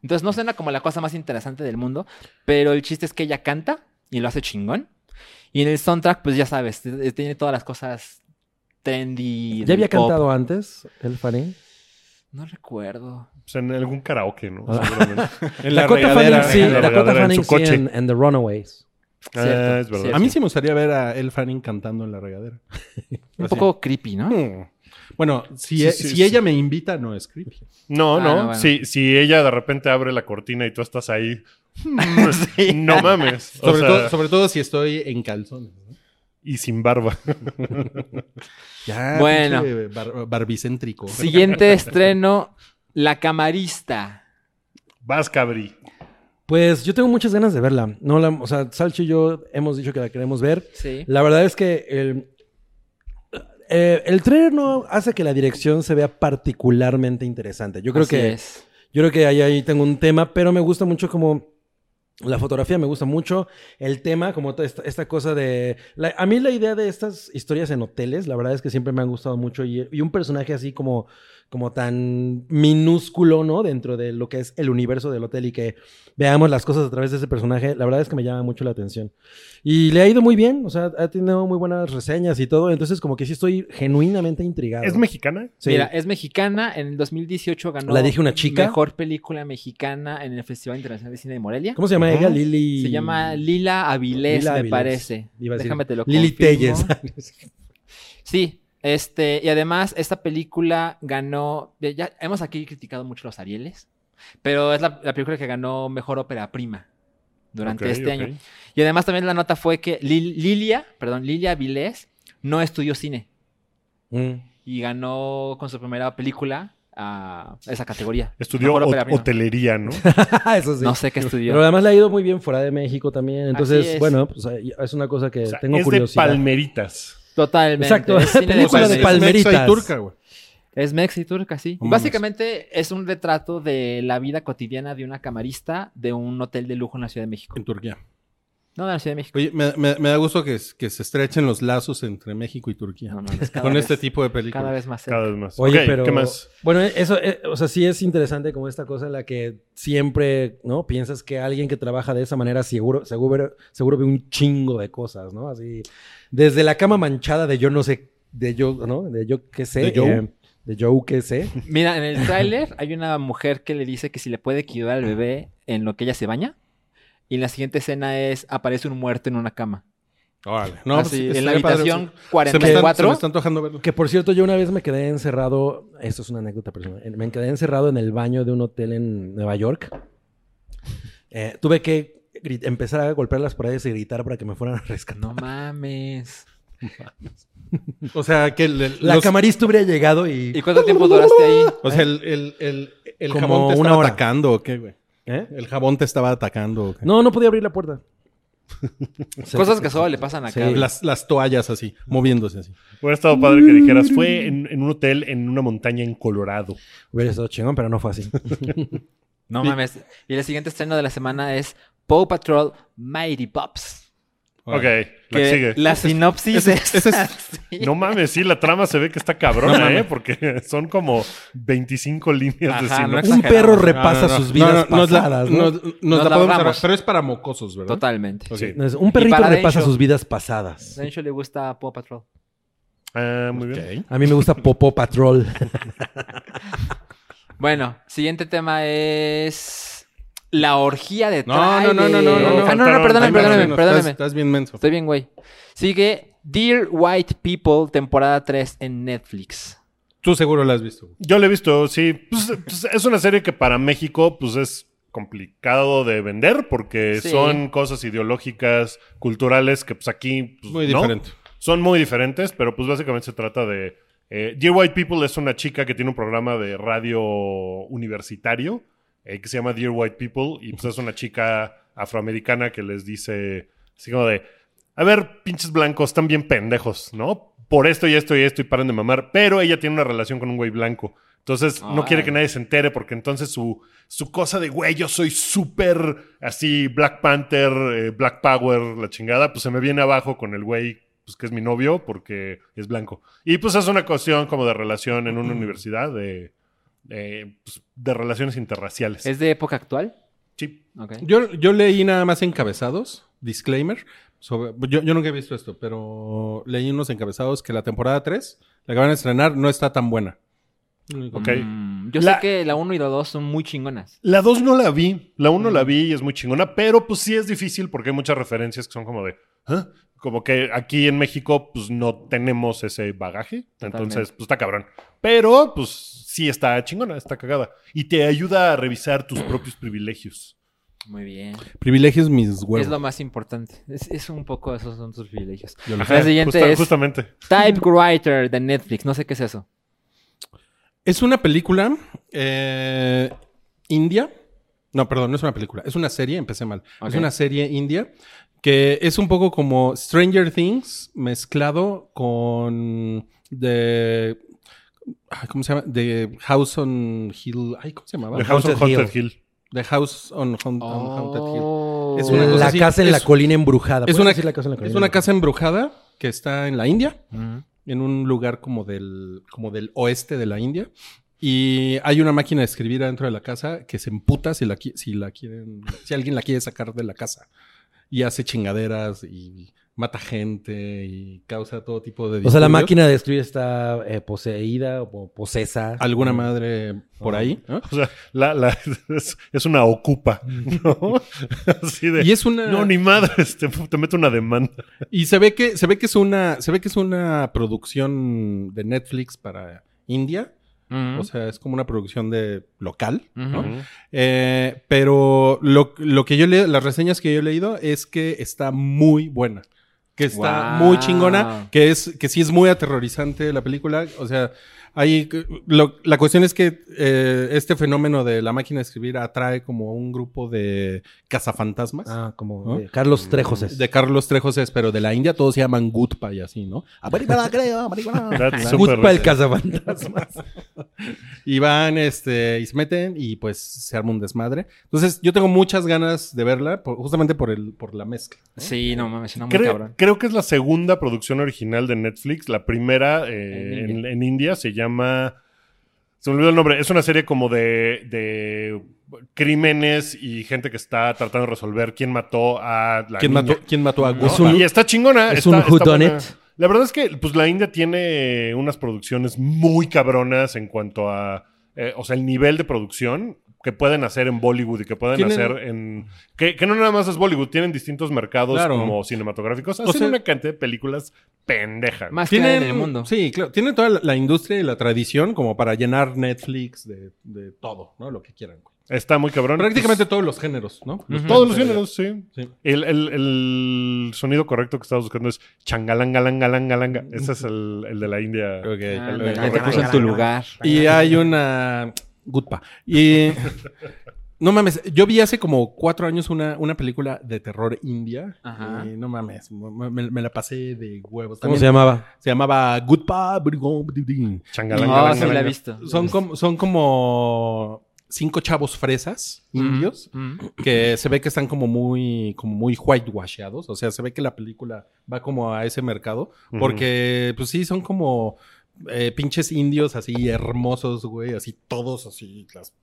[SPEAKER 5] Entonces no suena como la cosa más interesante del mundo, pero el chiste es que ella canta y lo hace chingón. Y en el soundtrack, pues ya sabes, t- t- tiene todas las cosas trendy.
[SPEAKER 4] ¿Ya había
[SPEAKER 5] del pop.
[SPEAKER 4] cantado antes el Fanny?
[SPEAKER 5] No recuerdo.
[SPEAKER 2] Pues en algún karaoke, ¿no?
[SPEAKER 4] Ah.
[SPEAKER 2] Seguramente.
[SPEAKER 3] En la
[SPEAKER 4] Dakota Fanning
[SPEAKER 3] regadera.
[SPEAKER 4] sí,
[SPEAKER 2] en la
[SPEAKER 4] Dakota
[SPEAKER 2] regadera, en su
[SPEAKER 4] Fanning sí
[SPEAKER 2] coche.
[SPEAKER 4] en, en The Runaways.
[SPEAKER 2] Ah, es
[SPEAKER 5] Cierto,
[SPEAKER 2] verdad.
[SPEAKER 5] cierto.
[SPEAKER 3] A mí sí me gustaría ver a El Fanning cantando en la regadera.
[SPEAKER 5] Un
[SPEAKER 3] Así.
[SPEAKER 5] poco creepy, ¿no?
[SPEAKER 2] [laughs]
[SPEAKER 3] Bueno, si, e-
[SPEAKER 2] Sí, sí,
[SPEAKER 3] si
[SPEAKER 2] sí.
[SPEAKER 3] ella me invita, no es creepy.
[SPEAKER 2] No,
[SPEAKER 5] Ah,
[SPEAKER 2] no.
[SPEAKER 5] no, bueno.
[SPEAKER 2] si, si ella de repente abre la cortina y tú estás ahí. [laughs] No [laughs] mames. O
[SPEAKER 3] Sobre,
[SPEAKER 2] sea,
[SPEAKER 3] todo, sobre todo si estoy en calzones. ¿no?
[SPEAKER 2] Y sin barba.
[SPEAKER 3] Ya,
[SPEAKER 5] Bueno.
[SPEAKER 3] pinche bar- barbicéntrico.
[SPEAKER 5] Siguiente estreno, La Camarista.
[SPEAKER 2] [laughs] Vas, cabrí.
[SPEAKER 4] Pues yo tengo muchas ganas de verla. No la, o sea, Salchi y yo hemos dicho que la queremos ver.
[SPEAKER 5] Sí.
[SPEAKER 4] La verdad es que el, eh, el trailer no hace que la dirección se vea particularmente interesante. Yo creo
[SPEAKER 5] Así
[SPEAKER 4] que
[SPEAKER 5] es.
[SPEAKER 4] Yo creo que ahí, ahí tengo un tema, pero me gusta mucho como... La fotografía me gusta mucho, el tema, como to- esta, esta cosa de... la- a mí la idea de estas historias en hoteles, la verdad es que siempre me han gustado mucho y, y un personaje así como, como tan minúsculo, ¿no? Dentro de lo que es el universo del hotel y que veamos las cosas a través de ese personaje, la verdad es que me llama mucho la atención. Y le ha ido muy bien, o sea, ha tenido muy buenas reseñas y todo, entonces como que sí estoy genuinamente intrigado.
[SPEAKER 2] ¿Es mexicana?
[SPEAKER 4] Sí.
[SPEAKER 5] Mira, es mexicana. En el 2018 ganó
[SPEAKER 4] La dije una chica.
[SPEAKER 5] mejor película mexicana en el Festival Internacional de Cine de Morelia.
[SPEAKER 4] ¿Cómo se llama ella?
[SPEAKER 2] Ujú.
[SPEAKER 4] Lili...
[SPEAKER 5] Se llama Lila Avilés,
[SPEAKER 4] Lila
[SPEAKER 5] me
[SPEAKER 4] Avilés.
[SPEAKER 5] parece.
[SPEAKER 4] Iba a decir
[SPEAKER 5] Déjame te lo
[SPEAKER 4] Lili
[SPEAKER 5] confirmo.
[SPEAKER 4] Telles.
[SPEAKER 5] [laughs] Sí. Este, y además, esta película ganó. Ya hemos aquí criticado mucho los Arieles, pero es la, la película que ganó mejor ópera prima. durante
[SPEAKER 2] Ok,
[SPEAKER 5] este
[SPEAKER 2] ok.
[SPEAKER 5] año. Y además también la nota fue que Lil- Lilia, perdón, Lilia Vilés no estudió cine
[SPEAKER 4] [laughs] Mm.
[SPEAKER 5] y ganó con su primera película a esa categoría.
[SPEAKER 2] Estudió
[SPEAKER 5] Mejor ópera
[SPEAKER 2] hot-
[SPEAKER 5] prima.
[SPEAKER 2] hotelería, ¿no?
[SPEAKER 4] Ah, Eso sí.
[SPEAKER 5] No sé qué estudió.
[SPEAKER 4] Pero además le ha ido muy bien fuera de México también. Entonces,
[SPEAKER 5] Así es.
[SPEAKER 4] bueno, pues, ahí- es una cosa que
[SPEAKER 2] O sea,
[SPEAKER 4] tengo
[SPEAKER 2] es
[SPEAKER 4] curiosidad.
[SPEAKER 2] de palmeritas.
[SPEAKER 5] Totalmente.
[SPEAKER 4] Exacto,
[SPEAKER 5] es cine
[SPEAKER 4] película de
[SPEAKER 5] Palmeiras.
[SPEAKER 4] Palmeiras. Palmeritas.
[SPEAKER 3] Mexa y turca, güey.
[SPEAKER 5] Es mex y turca, sí.
[SPEAKER 3] No mames.
[SPEAKER 5] Básicamente es un retrato de la vida cotidiana de una camarista de un hotel de lujo en la Ciudad de México.
[SPEAKER 3] En Turquía.
[SPEAKER 5] No, de la Ciudad de México.
[SPEAKER 3] Oye, me, me- me da gusto que, que se estrechen los lazos entre México y Turquía.
[SPEAKER 5] No, no, es cada
[SPEAKER 3] Con
[SPEAKER 5] vez-
[SPEAKER 3] este tipo de
[SPEAKER 5] Cada
[SPEAKER 3] películas.
[SPEAKER 5] vez más. cerca.
[SPEAKER 2] Cada vez más.
[SPEAKER 4] Oye,
[SPEAKER 2] Ok,
[SPEAKER 4] pero.
[SPEAKER 2] ¿Qué más?
[SPEAKER 4] Bueno, eso, eh, o sea, sí es interesante como esta cosa en la que siempre, ¿no? Piensas que alguien que trabaja de esa manera seguro, seguro, seguro ve un chingo de cosas, ¿no? Así. Desde la cama manchada de yo no sé, de yo, ¿no? De yo qué sé.
[SPEAKER 3] De Joe.
[SPEAKER 4] eh, de yo qué sé.
[SPEAKER 5] Mira, en el tráiler hay una mujer que le dice que si le puede cuidar al bebé en lo que ella se baña. Y la siguiente escena es aparece un muerto en una cama.
[SPEAKER 3] Órale.
[SPEAKER 5] No,
[SPEAKER 3] No, pues,
[SPEAKER 5] en la
[SPEAKER 3] estaría padre.
[SPEAKER 5] habitación
[SPEAKER 3] Se me, están, se
[SPEAKER 5] 44.
[SPEAKER 3] me está antojando verlo.
[SPEAKER 4] Que por cierto, yo una vez me quedé encerrado, esto es una anécdota personal, en- me quedé encerrado en el baño de un hotel en Nueva York. Eh, tuve que gri- empezar a golpear las paredes y gritar para que me fueran a
[SPEAKER 5] [laughs]
[SPEAKER 4] rescatar.
[SPEAKER 5] No mames.
[SPEAKER 3] O sea, que el- el-
[SPEAKER 4] La
[SPEAKER 3] los-
[SPEAKER 4] camarista hubiera llegado y...
[SPEAKER 5] ¿Y cuánto [laughs] tiempo duraste ahí?
[SPEAKER 3] O sea, el, el, el, el
[SPEAKER 4] Como
[SPEAKER 3] jabón te
[SPEAKER 4] una
[SPEAKER 3] estaba
[SPEAKER 4] hora.
[SPEAKER 3] atacando, ¿o qué, güey?
[SPEAKER 4] ¿Eh?
[SPEAKER 3] El jabón te estaba atacando, ¿o qué?
[SPEAKER 4] No, no podía abrir la puerta. Se-
[SPEAKER 5] Cosas que solo le pasan acá.
[SPEAKER 4] Sí.
[SPEAKER 3] Las, las toallas así, moviéndose así.
[SPEAKER 2] Hubiera estado padre que dijeras, fue en, en un hotel en una montaña en Colorado.
[SPEAKER 4] Hubiera estado chingón, pero no fue así.
[SPEAKER 5] No mames. Y el siguiente estreno de la semana es Paw Patrol Mighty Pops.
[SPEAKER 2] Ok,
[SPEAKER 3] Órale.
[SPEAKER 2] la
[SPEAKER 5] Que
[SPEAKER 2] sigue.
[SPEAKER 5] [laughs] La sinopsis
[SPEAKER 3] [laughs] ese-
[SPEAKER 5] es,
[SPEAKER 3] ese es- este,
[SPEAKER 5] así.
[SPEAKER 2] No mames, sí, la trama se ve que está cabrona,
[SPEAKER 3] No mames.
[SPEAKER 2] ¿eh? Porque [laughs] son como 25 líneas de
[SPEAKER 5] Ajá, no
[SPEAKER 2] sinopsis.
[SPEAKER 4] Un
[SPEAKER 5] Exagerado.
[SPEAKER 4] perro
[SPEAKER 5] No, no,
[SPEAKER 4] repasa sus vidas
[SPEAKER 3] nos la-
[SPEAKER 4] pasadas, ¿no?
[SPEAKER 3] nos- nos
[SPEAKER 5] Nos
[SPEAKER 3] la
[SPEAKER 5] la
[SPEAKER 3] podemos
[SPEAKER 5] ahorramos.
[SPEAKER 3] cerrar, pero es para mocosos, ¿verdad?
[SPEAKER 5] Totalmente.
[SPEAKER 3] Ok.
[SPEAKER 2] Sí.
[SPEAKER 4] Es- Un perrito
[SPEAKER 5] para
[SPEAKER 4] repasa
[SPEAKER 5] Dencho.
[SPEAKER 4] sus vidas pasadas.
[SPEAKER 5] De hecho, le gusta Paw Patrol.
[SPEAKER 2] Ah, muy bien.
[SPEAKER 3] Ok.
[SPEAKER 4] A mí me gusta Popo Patrol.
[SPEAKER 5] Bueno, siguiente tema es la orgía de
[SPEAKER 3] No, no, no, no, no, no,
[SPEAKER 5] tráiler.
[SPEAKER 3] no.
[SPEAKER 5] Ah, no, no,
[SPEAKER 2] Faltaron- faltaron-
[SPEAKER 5] perdóname, perdóname,
[SPEAKER 3] Estás-
[SPEAKER 5] perdóname.
[SPEAKER 3] Estás bien menso.
[SPEAKER 5] Estoy bien, güey. Sigue Dear White People, temporada 3 en Netflix.
[SPEAKER 3] Tú seguro la has visto. güey.
[SPEAKER 2] Yo la he visto, sí. Pues, pues, es una serie que para México, pues es complicado de vender porque
[SPEAKER 5] Sí.
[SPEAKER 2] son cosas ideológicas, culturales, que pues aquí... pues,
[SPEAKER 3] Muy
[SPEAKER 2] no.
[SPEAKER 3] diferente.
[SPEAKER 2] Son muy diferentes, pero pues básicamente se trata de... eh, Dear White People es una chica que tiene un programa de radio universitario eh, que se llama Dear White People y pues es una chica afroamericana que les dice así como de, a ver, pinches blancos, están bien pendejos, ¿no? Por esto y esto y esto y paren de mamar, pero ella tiene una relación con un güey blanco. Entonces no
[SPEAKER 5] Ay.
[SPEAKER 2] quiere que nadie se entere porque entonces su, su cosa de, güey, yo soy súper así Black Panther, eh, Black Power, la chingada, pues se me viene abajo con el güey pues que es mi novio porque es blanco. Y pues es una cuestión como de relación en una universidad de, de, pues, de relaciones interraciales.
[SPEAKER 5] ¿Es de época actual?
[SPEAKER 2] Sí.
[SPEAKER 5] Ok.
[SPEAKER 3] Yo, yo leí nada más encabezados, disclaimer. sobre- yo, yo nunca he visto esto, pero leí unos encabezados que la temporada 3, la que van a estrenar, no está tan buena.
[SPEAKER 2] Ok.
[SPEAKER 5] Mm, yo
[SPEAKER 2] La-
[SPEAKER 5] sé que la 1 y la 2 son muy chingonas.
[SPEAKER 2] La 2 no la vi, la 1 la vi y es muy chingona, pero pues sí es difícil porque hay muchas referencias que son como de, "¿Ah?". como que aquí en México pues no tenemos ese bagaje, entonces
[SPEAKER 5] Totalmente.
[SPEAKER 2] pues está cabrón. Pero pues sí está chingona, está cagada. Y te ayuda a revisar tus propios privilegios.
[SPEAKER 5] Muy bien.
[SPEAKER 3] Privilegios mis
[SPEAKER 5] Es
[SPEAKER 3] huevos.
[SPEAKER 5] lo más importante. Es, es un poco esos son sus privilegios.
[SPEAKER 3] Yo lo
[SPEAKER 5] Ajá. La siguiente es-
[SPEAKER 2] Justamente.
[SPEAKER 5] Typewriter de Netflix. No sé qué es eso.
[SPEAKER 3] Es una película eh, india. No, perdón, no es una película. Es una serie, empecé mal.
[SPEAKER 5] Ok.
[SPEAKER 3] Es una serie india que es un poco como Stranger Things mezclado con de ay, ¿cómo se llama? De House on Hill. Ay, ¿cómo se llamaba?
[SPEAKER 2] The House of
[SPEAKER 4] Haunted
[SPEAKER 2] Haunted Hill.
[SPEAKER 3] The House on, Haun- on Haunted Hill.
[SPEAKER 5] Oh.
[SPEAKER 3] Es una cosa
[SPEAKER 4] La
[SPEAKER 3] así,
[SPEAKER 4] casa en la
[SPEAKER 3] es-
[SPEAKER 4] colina embrujada.
[SPEAKER 3] Es
[SPEAKER 4] ¿Puedo
[SPEAKER 3] una,
[SPEAKER 4] decir Oh. la casa en la colina
[SPEAKER 3] es una
[SPEAKER 4] embrujada?
[SPEAKER 3] casa embrujada que está en la India
[SPEAKER 5] Ujú.
[SPEAKER 3] en un lugar como del, como del oeste de la India. Y hay una máquina de escribir adentro de la casa que se emputa si, la, qui- si, la quieren, si alguien la quiere sacar de la casa. Y hace chingaderas y mata gente y causa todo tipo de...
[SPEAKER 4] O sea, la
[SPEAKER 3] disturbios.
[SPEAKER 4] máquina de destruir está eh, poseída o posesa.
[SPEAKER 3] Alguna madre por ahí. ¿no?
[SPEAKER 2] O sea, la, la- [laughs] es, es una ocupa, ¿no? [laughs] Así de.
[SPEAKER 3] Y es una...
[SPEAKER 2] No, ni madre, te, te meto una demanda.
[SPEAKER 3] Y se ve que se ve que es una se ve que es una producción de Netflix para India
[SPEAKER 5] Ujú.
[SPEAKER 3] O sea, es como una producción de local, ¿no?
[SPEAKER 5] Ujú.
[SPEAKER 3] Eh, pero lo, lo que yo leo, las reseñas que yo he leído es que está muy buena. Que está
[SPEAKER 5] Wow.
[SPEAKER 3] muy chingona, que es, que sí es muy aterrorizante la película. O sea, hay lo- la cuestión es que eh, este fenómeno de la máquina de escribir atrae como a un grupo de cazafantasmas.
[SPEAKER 4] Ah, como
[SPEAKER 3] ¿No? Mm,
[SPEAKER 4] eh, Carlos Trejos es.
[SPEAKER 3] De Carlos Trejos es, pero de la India todos se llaman Gutpa y así, ¿no?
[SPEAKER 5] Ah,
[SPEAKER 2] That's super-
[SPEAKER 4] Gutpa el cazafantasmas.
[SPEAKER 3] [laughs] Y van, este, y se meten y pues se arma un desmadre. Entonces, yo tengo muchas ganas de verla, por- justamente por el, por la mezcla.
[SPEAKER 5] Sí, no mames, suena muy
[SPEAKER 2] Creo,
[SPEAKER 5] cabrón.
[SPEAKER 2] creo que es la segunda producción original de Netflix. La primera eh,
[SPEAKER 5] En
[SPEAKER 2] en,
[SPEAKER 5] India.
[SPEAKER 2] en India se llama. Se me olvidó el nombre. Es una serie como de, de crímenes y gente que está tratando de resolver quién mató a la
[SPEAKER 3] ¿Quién
[SPEAKER 2] niña.
[SPEAKER 3] mató, ¿Quién mató a
[SPEAKER 2] ¿no?
[SPEAKER 3] Gutpa?
[SPEAKER 4] un-
[SPEAKER 2] y está chingona.
[SPEAKER 4] es
[SPEAKER 2] está-
[SPEAKER 4] un
[SPEAKER 2] está
[SPEAKER 4] whodunit.
[SPEAKER 2] buena. La verdad es que pues, la India tiene unas producciones muy cabronas en cuanto a. eh, o sea, el nivel de producción que pueden hacer en Bollywood y que pueden
[SPEAKER 3] Tienen-
[SPEAKER 2] hacer en. Que, que no nada más es Bollywood, tienen distintos mercados
[SPEAKER 3] Claro.
[SPEAKER 2] como cinematográficos.
[SPEAKER 3] O
[SPEAKER 2] Hacen
[SPEAKER 3] sea-
[SPEAKER 2] una cantidad de películas pendejas.
[SPEAKER 5] Más que nadie
[SPEAKER 3] Tienen,
[SPEAKER 5] en el mundo.
[SPEAKER 3] Sí, claro. Tienen toda la, la industria y la tradición como para llenar Netflix de, de todo, ¿no? Lo que quieran. güey.
[SPEAKER 2] Está muy cabrón. Pues,
[SPEAKER 3] Prácticamente todos los géneros, ¿no?
[SPEAKER 5] Ujú.
[SPEAKER 2] Todos los géneros, sí.
[SPEAKER 3] Sí.
[SPEAKER 2] El, el- el sonido correcto que estabas buscando es changalanga, langa, langa, langa. Ese es el, el de la India.
[SPEAKER 3] Ok,
[SPEAKER 5] Ah,
[SPEAKER 2] el- el-
[SPEAKER 5] me
[SPEAKER 2] correcto.
[SPEAKER 5] puso en tu lugar.
[SPEAKER 3] Y hay una. Gutpa.
[SPEAKER 4] [laughs]
[SPEAKER 3] Y. No mames, yo vi hace como cuatro años una, una película de terror india.
[SPEAKER 5] Ajá.
[SPEAKER 3] Y no mames, me, me- me la pasé de huevos.
[SPEAKER 4] ¿Cómo
[SPEAKER 3] También
[SPEAKER 4] se llamaba?
[SPEAKER 3] se llamaba Gutpa. Brigom, Bridin.
[SPEAKER 2] Changalanga,
[SPEAKER 5] No,
[SPEAKER 2] langa,
[SPEAKER 5] Oh, sí la he
[SPEAKER 2] langa.
[SPEAKER 5] visto.
[SPEAKER 3] Son como, son como cinco chavos fresas indios
[SPEAKER 5] Mm.
[SPEAKER 3] que se ve que están como muy, como muy whitewashados. O sea, se ve que la película va como a ese mercado.
[SPEAKER 2] Ujú.
[SPEAKER 3] Porque, pues sí, son como eh, pinches indios así hermosos, güey. Así todos, así las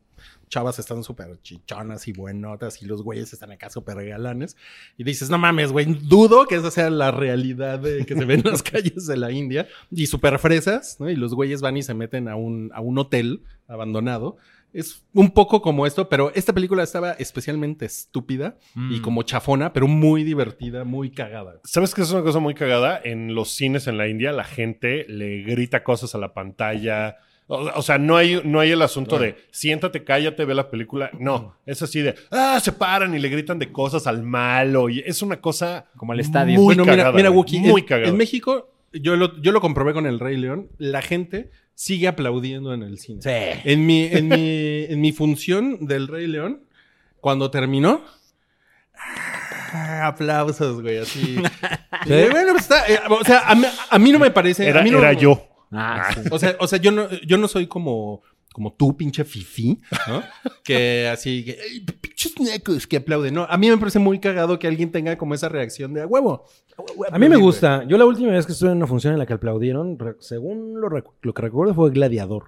[SPEAKER 3] chavas están súper chichonas y buenotas y los güeyes están acá súper galanes. Y dices, no mames, güey, dudo que esa sea la realidad de que se ve en las [laughs] calles de la India. Y súper fresas, ¿no? Y los güeyes van y se meten a un, a un hotel abandonado. Es un poco como esto, pero esta película estaba especialmente estúpida y
[SPEAKER 5] Mm.
[SPEAKER 3] como chafona, pero muy divertida, muy cagada.
[SPEAKER 2] ¿Sabes qué es una cosa muy cagada? En los cines en la India la gente le grita cosas a la pantalla. O, o sea, no hay, no hay el asunto de siéntate, cállate, ve la película. No, es así de, ah, se paran y le gritan de cosas al malo. Y es una cosa
[SPEAKER 5] Como el estadio.
[SPEAKER 2] Muy
[SPEAKER 3] bueno,
[SPEAKER 2] cagada,
[SPEAKER 3] mira, mira
[SPEAKER 2] güey,
[SPEAKER 3] Wookie,
[SPEAKER 2] muy
[SPEAKER 3] en,
[SPEAKER 2] cagada.
[SPEAKER 3] en México, yo lo, yo lo comprobé con el Rey León, la gente sigue aplaudiendo en el cine.
[SPEAKER 4] Sí.
[SPEAKER 3] En, mi, en, mi, en mi función del Rey León, cuando terminó, ah, aplausos,
[SPEAKER 2] [laughs]
[SPEAKER 3] güey, así. Y, bueno, pues, está, eh, o sea, a mí, a mí no me parece... a
[SPEAKER 2] Era,
[SPEAKER 3] mí no-
[SPEAKER 2] era yo.
[SPEAKER 5] Ah, sí.
[SPEAKER 3] O sea, o sea yo, no, yo no soy como, como tú, pinche fifí, ¿no? que así, que, "Ay, pinches nacos que aplauden. No, a mí me parece muy cagado que alguien tenga como esa reacción de a huevo.
[SPEAKER 4] A mí me gusta. Yo la última vez que estuve en una función en la que aplaudieron, re- según lo, recu- lo que recuerdo, fue Gladiador.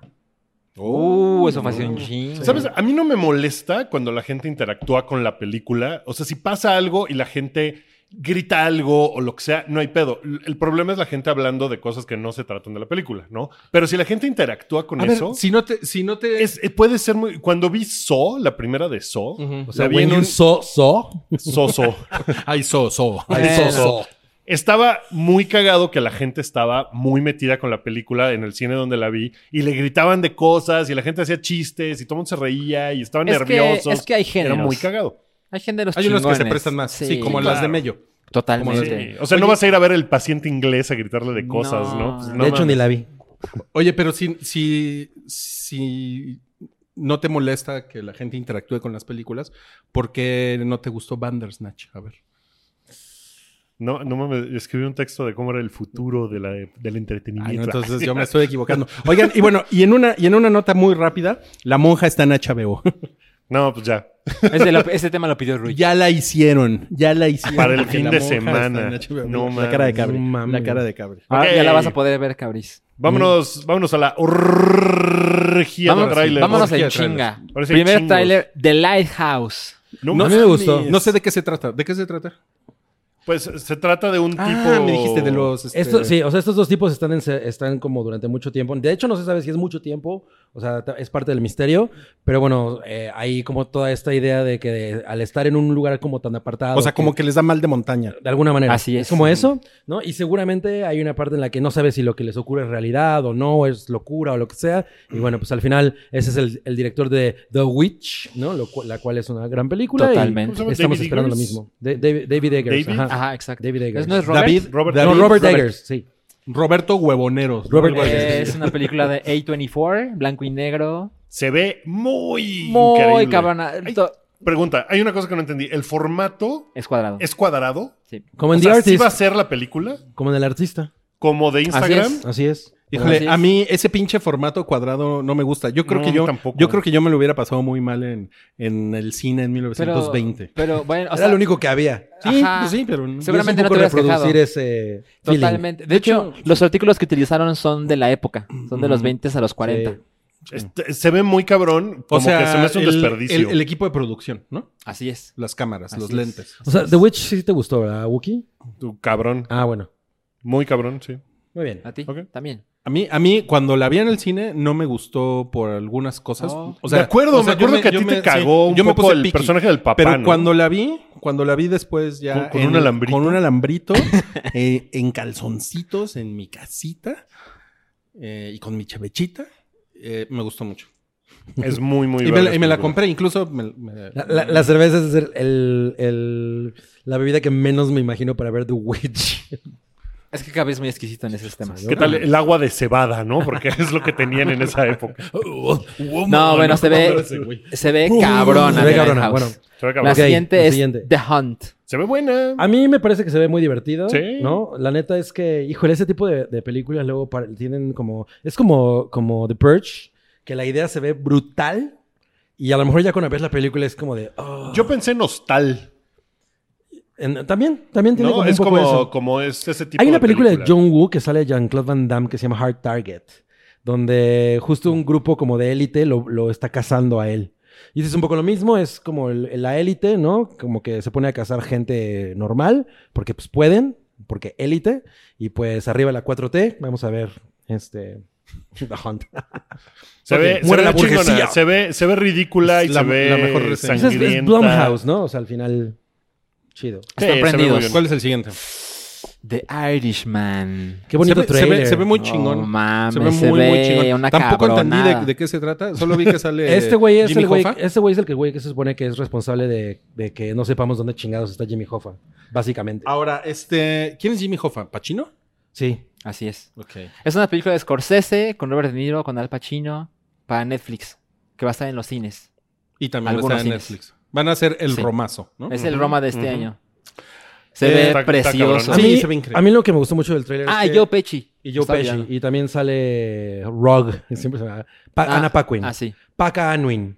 [SPEAKER 3] Oh.
[SPEAKER 5] Uh, eso fue hace un chingo.
[SPEAKER 2] ¿Sabes? A mí no me molesta cuando la gente interactúa con la película. O sea, si pasa algo y la gente grita algo o lo que sea, no hay pedo. L- El problema es la gente hablando de cosas que no se tratan de la película, ¿no? Pero si la gente interactúa con
[SPEAKER 3] A ver,
[SPEAKER 2] eso...
[SPEAKER 3] si no te... Si no te...
[SPEAKER 2] Es- eh, puede ser muy. Cuando vi So, la primera de So,
[SPEAKER 3] Ujú.
[SPEAKER 4] O sea,
[SPEAKER 2] la vi
[SPEAKER 4] when
[SPEAKER 2] en
[SPEAKER 4] you
[SPEAKER 2] un
[SPEAKER 4] so, so.
[SPEAKER 2] So So.
[SPEAKER 3] Ay, so, so.
[SPEAKER 5] Ay,
[SPEAKER 3] Ay, so,
[SPEAKER 5] so, so.
[SPEAKER 2] Estaba muy cagado que la gente estaba muy metida con la película en el cine donde la vi y le gritaban de cosas y la gente hacía chistes y todo el mundo se reía y estaban
[SPEAKER 5] Es que-
[SPEAKER 2] nerviosos.
[SPEAKER 5] es que hay géneros.
[SPEAKER 2] Era muy cagado.
[SPEAKER 5] Hay géneros
[SPEAKER 3] Hay unos que se
[SPEAKER 5] chingones.
[SPEAKER 3] prestan más. Sí, como
[SPEAKER 2] claro.
[SPEAKER 3] las de Mello.
[SPEAKER 2] Sí.
[SPEAKER 5] Totalmente.
[SPEAKER 2] O sea, no vas a ir a ver el paciente inglés a gritarle de
[SPEAKER 5] No.
[SPEAKER 2] cosas, ¿no? Pues,
[SPEAKER 5] De
[SPEAKER 2] no
[SPEAKER 4] de hecho,
[SPEAKER 2] mames.
[SPEAKER 4] ni la vi.
[SPEAKER 3] Oye, pero si, si, si no te molesta que la gente interactúe con las películas, ¿por qué no te gustó Bandersnatch? A ver.
[SPEAKER 2] No, no mames. Escribí un texto de cómo era el futuro de la- del
[SPEAKER 3] Ay, Ah, no,
[SPEAKER 2] entretenimiento.
[SPEAKER 3] entonces yo me estoy equivocando. Oigan, y bueno, y en una, y en una nota muy rápida, la monja está en HBO.
[SPEAKER 2] [laughs] No, pues ya.
[SPEAKER 5] Ese, lo- ese tema lo
[SPEAKER 3] [laughs]
[SPEAKER 5] pidió Rui.
[SPEAKER 3] ya la hicieron, ya la hicieron.
[SPEAKER 2] Para el
[SPEAKER 3] Porque
[SPEAKER 2] fin
[SPEAKER 3] la
[SPEAKER 2] de
[SPEAKER 3] monja está en
[SPEAKER 2] semana.
[SPEAKER 3] HBO.
[SPEAKER 2] No
[SPEAKER 3] la cara de
[SPEAKER 2] mames.
[SPEAKER 3] cabre.
[SPEAKER 4] No mames.
[SPEAKER 3] La cara de cabre.
[SPEAKER 5] Ahora
[SPEAKER 2] Ok.
[SPEAKER 5] ya la vas a poder ver, cabrís.
[SPEAKER 2] Vámonos, vámonos a la orgía de
[SPEAKER 5] Vámonos,
[SPEAKER 2] trailers.
[SPEAKER 5] vámonos
[SPEAKER 3] Orgía
[SPEAKER 5] en
[SPEAKER 3] de trailers.
[SPEAKER 5] chinga.
[SPEAKER 2] Ahora sí hay
[SPEAKER 5] Primer
[SPEAKER 2] chingos.
[SPEAKER 5] tráiler, The Lighthouse.
[SPEAKER 2] No
[SPEAKER 4] a mí me
[SPEAKER 2] mames.
[SPEAKER 4] gustó.
[SPEAKER 3] No sé de qué se trata. ¿De qué se trata?
[SPEAKER 2] Pues se trata de un
[SPEAKER 3] Ah,
[SPEAKER 2] tipo.
[SPEAKER 3] me dijiste de los. este,
[SPEAKER 4] Esto, sí, o sea, estos dos tipos están, en se- están como durante mucho tiempo. De hecho, no se sabe si es mucho tiempo, o sea, ta- es parte del misterio, pero bueno, eh, hay como toda esta idea de que al estar en un lugar como tan apartado...
[SPEAKER 3] O sea, como que les da mal de montaña.
[SPEAKER 4] De alguna manera.
[SPEAKER 5] Así es.
[SPEAKER 4] como eso, ¿no? Y seguramente hay una parte en la que no sabes si lo que les ocurre es realidad o no, es locura o lo que sea. Y bueno, pues al final ese es el, el director de The Witch, ¿no? Lo cu- la cual es una gran película. y
[SPEAKER 5] Totalmente.
[SPEAKER 2] ¿Cómo se llama?
[SPEAKER 4] estamos
[SPEAKER 2] David
[SPEAKER 4] esperando
[SPEAKER 2] Eggers.
[SPEAKER 4] lo mismo. De- David, David Eggers.
[SPEAKER 2] David?
[SPEAKER 4] Ajá.
[SPEAKER 5] Ajá, exacto.
[SPEAKER 4] David Eggers.
[SPEAKER 5] ¿Es- ¿No es Robert?
[SPEAKER 3] David.
[SPEAKER 2] Robert-
[SPEAKER 4] No,
[SPEAKER 3] David-
[SPEAKER 4] Robert Eggers, sí.
[SPEAKER 3] Roberto Huevoneros.
[SPEAKER 4] Robert
[SPEAKER 5] Eh,
[SPEAKER 4] Eggers.
[SPEAKER 5] es una película de A24, blanco y negro.
[SPEAKER 2] Se ve muy.
[SPEAKER 5] Muy
[SPEAKER 2] increíble.
[SPEAKER 5] cabrona.
[SPEAKER 2] Ay,
[SPEAKER 5] To-
[SPEAKER 2] Pregunta: hay una cosa que no entendí. ¿El formato
[SPEAKER 5] Es cuadrado.
[SPEAKER 2] es cuadrado?
[SPEAKER 5] Sí.
[SPEAKER 4] Como
[SPEAKER 2] O
[SPEAKER 4] en The
[SPEAKER 2] sea, ¿sí
[SPEAKER 4] Artist.
[SPEAKER 2] va a ser la película?
[SPEAKER 4] Como en El Artista.
[SPEAKER 2] ¿Como de Instagram?
[SPEAKER 5] es.
[SPEAKER 4] Así es.
[SPEAKER 5] Así
[SPEAKER 3] Híjole,
[SPEAKER 5] es.
[SPEAKER 3] a mí ese pinche formato cuadrado no me gusta. Yo creo
[SPEAKER 2] No,
[SPEAKER 3] que
[SPEAKER 2] a mí
[SPEAKER 3] yo
[SPEAKER 2] tampoco.
[SPEAKER 3] yo creo que yo me lo hubiera pasado muy mal en, en el cine en
[SPEAKER 5] Pero,
[SPEAKER 3] 1920.
[SPEAKER 5] pero bueno, o
[SPEAKER 4] Era
[SPEAKER 5] sea,
[SPEAKER 4] lo único que había.
[SPEAKER 3] sí,
[SPEAKER 5] ajá.
[SPEAKER 3] pues sí, pero no.
[SPEAKER 5] Seguramente
[SPEAKER 4] Y es
[SPEAKER 5] no
[SPEAKER 4] un
[SPEAKER 5] te
[SPEAKER 4] poco
[SPEAKER 5] hubieras
[SPEAKER 4] reproducir
[SPEAKER 5] quejado.
[SPEAKER 4] ese feeling.
[SPEAKER 5] Totalmente. De hecho, los artículos que utilizaron son de la época. Son de los 20 a los 40.
[SPEAKER 4] Sí.
[SPEAKER 2] Este, se ve muy cabrón. Como
[SPEAKER 3] o sea,
[SPEAKER 2] que se me hace un
[SPEAKER 3] el,
[SPEAKER 2] desperdicio.
[SPEAKER 3] el- el equipo de producción, ¿no?
[SPEAKER 5] Así es.
[SPEAKER 3] Las cámaras,
[SPEAKER 5] Así
[SPEAKER 3] los
[SPEAKER 5] es.
[SPEAKER 3] lentes.
[SPEAKER 4] O sea, The Witch sí te gustó, ¿verdad, Wookie?
[SPEAKER 2] Tu cabrón.
[SPEAKER 4] Ah, bueno.
[SPEAKER 2] Muy cabrón, sí.
[SPEAKER 4] Muy bien.
[SPEAKER 5] A ti
[SPEAKER 2] Ok.
[SPEAKER 5] también.
[SPEAKER 3] A mí, a mí, cuando la vi en el cine, no me gustó por algunas cosas.
[SPEAKER 5] Oh.
[SPEAKER 3] O sea,
[SPEAKER 2] me acuerdo,
[SPEAKER 3] o sea,
[SPEAKER 2] me
[SPEAKER 3] yo
[SPEAKER 2] acuerdo que a
[SPEAKER 3] yo
[SPEAKER 2] ti
[SPEAKER 3] me-
[SPEAKER 2] te cagó
[SPEAKER 3] sí,
[SPEAKER 2] un
[SPEAKER 3] yo me
[SPEAKER 2] poco
[SPEAKER 3] puse
[SPEAKER 2] el
[SPEAKER 3] picky.
[SPEAKER 2] personaje del papá.
[SPEAKER 3] Pero
[SPEAKER 2] ¿no?
[SPEAKER 3] cuando la vi, cuando la vi después
[SPEAKER 2] Con-
[SPEAKER 3] ya.
[SPEAKER 2] con un alambrito.
[SPEAKER 3] Con
[SPEAKER 2] [laughs]
[SPEAKER 3] un alambrito, eh, en calzoncitos, en mi casita eh, y con mi chevechita, eh, me gustó mucho.
[SPEAKER 2] Es muy, muy
[SPEAKER 3] [laughs] Y me,
[SPEAKER 2] verga
[SPEAKER 3] la- y me la
[SPEAKER 2] película.
[SPEAKER 3] compré, incluso. me- me-
[SPEAKER 4] La, la- la cerveza es el, el- el- la bebida que menos me imagino para ver The Witch.
[SPEAKER 5] Es que cada vez es muy exquisito en esos temas.
[SPEAKER 2] ¿Qué tal el agua de cebada, no? Porque es lo que tenían en esa época.
[SPEAKER 5] No, bueno, se
[SPEAKER 4] [laughs]
[SPEAKER 5] ve,
[SPEAKER 2] Ese güey.
[SPEAKER 5] se ve cabrona.
[SPEAKER 4] Se ve
[SPEAKER 5] The
[SPEAKER 4] cabrona,
[SPEAKER 5] Lighthouse.
[SPEAKER 4] bueno.
[SPEAKER 2] Se ve
[SPEAKER 5] La
[SPEAKER 2] cabrón.
[SPEAKER 4] Ok, la
[SPEAKER 5] siguiente es
[SPEAKER 4] siguiente.
[SPEAKER 5] The Hunt.
[SPEAKER 2] Se ve buena.
[SPEAKER 4] A mí me parece que se ve muy divertido,
[SPEAKER 2] Sí.
[SPEAKER 4] ¿no? La neta es que, híjole, ese tipo de, de películas luego par- tienen como... Es como, como The Purge, que la idea se ve brutal y a lo mejor ya cuando ves la película es como de... ah.
[SPEAKER 2] Yo pensé nostal.
[SPEAKER 4] En- también, también tiene
[SPEAKER 2] No,
[SPEAKER 4] como
[SPEAKER 2] es
[SPEAKER 4] un poco
[SPEAKER 2] como,
[SPEAKER 4] eso.
[SPEAKER 2] como es ese tipo
[SPEAKER 4] Hay una
[SPEAKER 2] de
[SPEAKER 4] película de
[SPEAKER 2] película.
[SPEAKER 4] John Woo que sale de Jean-Claude Van Damme que se llama Hard Target, donde justo un grupo como de élite lo, lo está cazando a él. Y es un poco lo mismo, es como el- la élite, ¿no? Como que se pone a cazar gente normal, porque pues pueden, porque élite, y pues arriba la 4T, vamos a ver, este... [laughs] The Hunt.
[SPEAKER 2] Se ve, se
[SPEAKER 3] Muere
[SPEAKER 2] ve
[SPEAKER 3] la
[SPEAKER 2] chingona,
[SPEAKER 3] burguesía.
[SPEAKER 2] se ve, se ve ridícula y
[SPEAKER 3] Es la-
[SPEAKER 2] se ve
[SPEAKER 3] la mejor reseña.
[SPEAKER 4] Pues es,
[SPEAKER 2] sangrienta.
[SPEAKER 4] es Blumhouse, ¿no? O sea, al final... Chido.
[SPEAKER 2] Sí,
[SPEAKER 5] Están
[SPEAKER 2] se ve muy
[SPEAKER 5] prendidos.
[SPEAKER 2] bien.
[SPEAKER 3] ¿Cuál es el siguiente?
[SPEAKER 5] The Irishman.
[SPEAKER 4] Qué
[SPEAKER 3] se,
[SPEAKER 4] bonito
[SPEAKER 3] ve, se ve-
[SPEAKER 4] trailer.
[SPEAKER 3] se ve muy
[SPEAKER 5] No
[SPEAKER 3] chingón.
[SPEAKER 5] mames,
[SPEAKER 3] se ve muy,
[SPEAKER 5] Ah, se
[SPEAKER 3] muy
[SPEAKER 5] ve
[SPEAKER 3] chingón.
[SPEAKER 5] una
[SPEAKER 3] Tampoco entendí
[SPEAKER 5] cabronada.
[SPEAKER 3] de, de qué se trata. Solo vi que sale.
[SPEAKER 4] [laughs] Este güey es
[SPEAKER 3] Jimmy
[SPEAKER 4] el güey.
[SPEAKER 3] Hoffa.
[SPEAKER 4] Este güey es el que güey que se supone que es responsable de, de que no sepamos dónde chingados está Jimmy Hoffa, básicamente.
[SPEAKER 3] Ahora, este. ¿Quién es Jimmy Hoffa? ¿Pachino?
[SPEAKER 4] Sí.
[SPEAKER 5] Así es.
[SPEAKER 3] Ok.
[SPEAKER 5] Es una película de Scorsese con Robert De Niro, con Al Pacino, para Netflix, que va a estar en los cines.
[SPEAKER 3] Y también
[SPEAKER 5] Algunos
[SPEAKER 3] está en
[SPEAKER 5] cines.
[SPEAKER 3] Netflix. Van a hacer el
[SPEAKER 5] Sí.
[SPEAKER 3] romazo, ¿no?
[SPEAKER 5] Es el Roma de este
[SPEAKER 2] ujú.
[SPEAKER 5] año. Se
[SPEAKER 3] Eh,
[SPEAKER 5] ve
[SPEAKER 2] está- está
[SPEAKER 5] precioso.
[SPEAKER 3] cabrón.
[SPEAKER 4] A mí,
[SPEAKER 3] Sí, se ve increíble.
[SPEAKER 4] a mí lo que me gustó mucho del trailer
[SPEAKER 5] Ah,
[SPEAKER 4] es que-
[SPEAKER 5] Joe Pesci.
[SPEAKER 4] y Joe
[SPEAKER 5] Está
[SPEAKER 4] Pesci.
[SPEAKER 5] olvidando.
[SPEAKER 4] Y también sale Rog. Siempre se me- Pa-
[SPEAKER 5] Ah,
[SPEAKER 4] Ana Paquin.
[SPEAKER 5] Ah, sí.
[SPEAKER 4] Paca Anwin.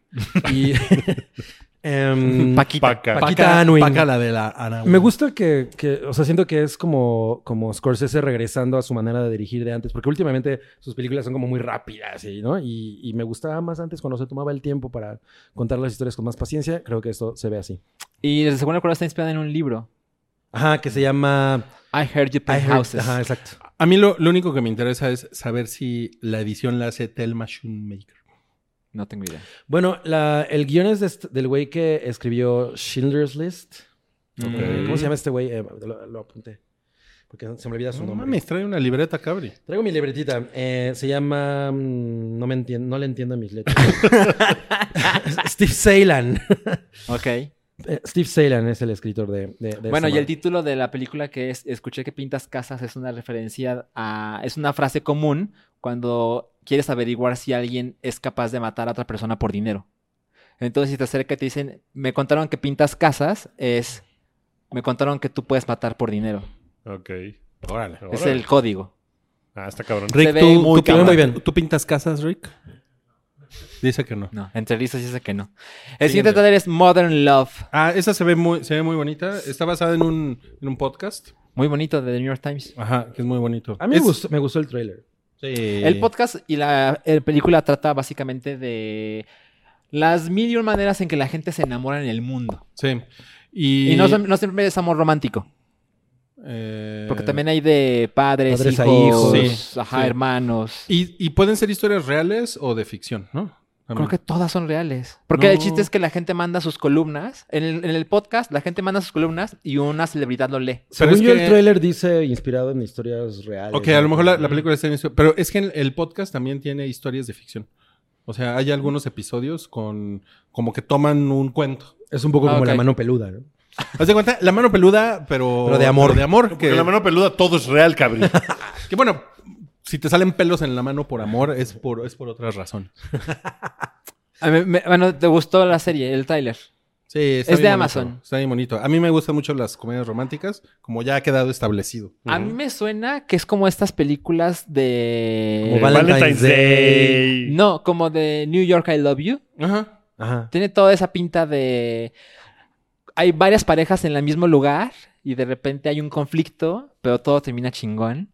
[SPEAKER 4] Y. [laughs] em,
[SPEAKER 5] Paquita.
[SPEAKER 2] Paca.
[SPEAKER 4] Paquita Anwin.
[SPEAKER 3] la de la Ana.
[SPEAKER 4] Me gusta que, que, o sea, siento que es como, como Scorsese regresando a su manera de dirigir de antes, porque últimamente sus películas son como muy rápidas, y, ¿no? Y, y me gustaba más antes cuando se tomaba el tiempo para contar las historias con más paciencia. Creo que esto se ve así.
[SPEAKER 5] Y según recuerdo está inspirada en un libro.
[SPEAKER 4] Ajá, que se llama...
[SPEAKER 5] I Heard You
[SPEAKER 4] I
[SPEAKER 5] Paint
[SPEAKER 4] Heard-
[SPEAKER 5] Houses.
[SPEAKER 4] Ajá, exacto.
[SPEAKER 3] A mí lo, lo único que me interesa es saber si la edición la hace Telma Schoonmaker.
[SPEAKER 5] No tengo idea.
[SPEAKER 4] Bueno, la- el guion es de este- del güey que escribió Schindler's List.
[SPEAKER 5] Mm.
[SPEAKER 4] ¿Cómo se llama este güey? Eh, lo, lo apunté. Porque se me olvida su
[SPEAKER 3] No
[SPEAKER 4] nombre.
[SPEAKER 3] mames, trae una libreta, cabri.
[SPEAKER 4] Traigo mi libretita. Eh, se llama. mm, No, me entien- no le entiendo a
[SPEAKER 3] [laughs]
[SPEAKER 4] mis letras. Steve Salem.
[SPEAKER 5] Ok.
[SPEAKER 4] Eh, Steve Salem es el escritor de. de- de
[SPEAKER 5] Bueno,
[SPEAKER 4] esta
[SPEAKER 5] y el
[SPEAKER 4] madre.
[SPEAKER 5] título de la película que es Escuché que pintas casas es una referencia a. Es una frase común cuando quieres averiguar si alguien es capaz de matar a otra persona por dinero. Entonces, si te acerca y te dicen, me contaron que pintas casas, es. Me contaron que tú puedes matar por dinero.
[SPEAKER 2] Ok.
[SPEAKER 3] Órale.
[SPEAKER 5] Es
[SPEAKER 2] Órale.
[SPEAKER 5] el código.
[SPEAKER 2] Ah, está cabrón.
[SPEAKER 5] Se
[SPEAKER 3] Rick,
[SPEAKER 5] ve
[SPEAKER 3] tú,
[SPEAKER 5] muy
[SPEAKER 3] tú pintas-
[SPEAKER 4] muy bien.
[SPEAKER 3] ¿tú pintas casas, Rick? Dice que no.
[SPEAKER 5] No, entre listas dice que no. El
[SPEAKER 3] Siguiente.
[SPEAKER 5] siguiente trailer es Modern Love.
[SPEAKER 3] Ah, esa se ve muy, se ve muy bonita. Está basada en un, en un podcast.
[SPEAKER 5] Muy bonito de The New York Times.
[SPEAKER 3] Ajá, que es muy bonito.
[SPEAKER 4] A mí me
[SPEAKER 3] Es-
[SPEAKER 4] gustó, me gustó el trailer.
[SPEAKER 3] Sí.
[SPEAKER 5] El podcast y la el película trata básicamente de las mil y un maneras en que la gente se enamora en el mundo.
[SPEAKER 3] Sí. Y,
[SPEAKER 5] Y no, sem- no siempre es amor romántico.
[SPEAKER 3] Eh,
[SPEAKER 5] Porque también hay de padres,
[SPEAKER 4] Padres a
[SPEAKER 5] hijos,
[SPEAKER 3] hijos. Sí,
[SPEAKER 5] ajá,
[SPEAKER 3] sí.
[SPEAKER 5] hermanos.
[SPEAKER 3] Y, y pueden ser historias reales o de ficción, ¿no?
[SPEAKER 5] Creo que todas son reales. Porque el
[SPEAKER 3] No.
[SPEAKER 5] chiste es que la gente manda sus columnas. En el, en el podcast, la gente manda sus columnas y una celebridad lo lee.
[SPEAKER 4] Según
[SPEAKER 3] es
[SPEAKER 4] yo,
[SPEAKER 3] que-
[SPEAKER 4] el tráiler dice inspirado en historias reales.
[SPEAKER 3] Ok, a
[SPEAKER 4] ¿no?
[SPEAKER 3] lo mejor la, la película está en eso, Pero es que el, el podcast también tiene historias de ficción. O sea, hay algunos episodios con como que toman un cuento.
[SPEAKER 4] Es un poco
[SPEAKER 5] Ah,
[SPEAKER 4] como la
[SPEAKER 5] ok.
[SPEAKER 4] mano peluda, ¿no?
[SPEAKER 3] Haz de cuenta, la mano peluda, pero.
[SPEAKER 4] Pero de amor.
[SPEAKER 3] de amor.
[SPEAKER 2] Porque
[SPEAKER 3] Que,
[SPEAKER 2] la mano peluda todo es real,
[SPEAKER 4] [laughs]
[SPEAKER 2] cabrón.
[SPEAKER 3] que bueno, si te salen pelos en la mano por amor, es por, es por otra razón.
[SPEAKER 5] A mí me- bueno, ¿te gustó la serie, el tráiler?
[SPEAKER 3] Sí, está
[SPEAKER 5] Es
[SPEAKER 3] bien
[SPEAKER 5] de
[SPEAKER 3] bonito,
[SPEAKER 5] Amazon.
[SPEAKER 3] Está bien bonito. A mí me gustan mucho las comedias románticas, como ya ha quedado establecido.
[SPEAKER 5] A mí me suena que es como estas películas de...
[SPEAKER 2] Eh,
[SPEAKER 4] Como Valentine's Day.
[SPEAKER 5] No, como de New York I Love You.
[SPEAKER 3] Ajá.
[SPEAKER 4] Ajá.
[SPEAKER 5] Tiene toda esa pinta de... Hay varias parejas en el mismo lugar y de repente hay un conflicto, pero todo termina chingón.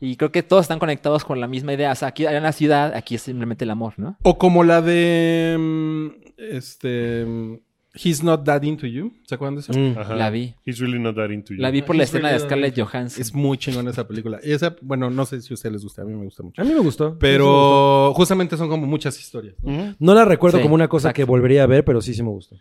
[SPEAKER 5] Y creo que todos están conectados con la misma idea. O sea, aquí hay una ciudad, aquí es simplemente el amor, ¿no?
[SPEAKER 3] O como la de. mm, Este. mm, He's not that into you. ¿Se acuerdan de eso?
[SPEAKER 4] Mm.
[SPEAKER 2] Ajá.
[SPEAKER 5] La vi.
[SPEAKER 2] He's really not that into you.
[SPEAKER 5] La vi por la
[SPEAKER 3] He's
[SPEAKER 5] escena de
[SPEAKER 3] really-
[SPEAKER 5] Scarlett Johansson.
[SPEAKER 3] Es muy chingona esa película. Y esa, bueno, no sé si a ustedes les gusta, a mí me gusta mucho.
[SPEAKER 4] A mí me gustó. Ah, Sí, sí me Mm. gustó.
[SPEAKER 3] Pero justamente son como muchas historias. ¿no?
[SPEAKER 2] Ujú.
[SPEAKER 4] No la recuerdo
[SPEAKER 5] Sí,
[SPEAKER 4] como una cosa que
[SPEAKER 5] exacto.
[SPEAKER 4] volvería a ver, pero sí, sí me gustó.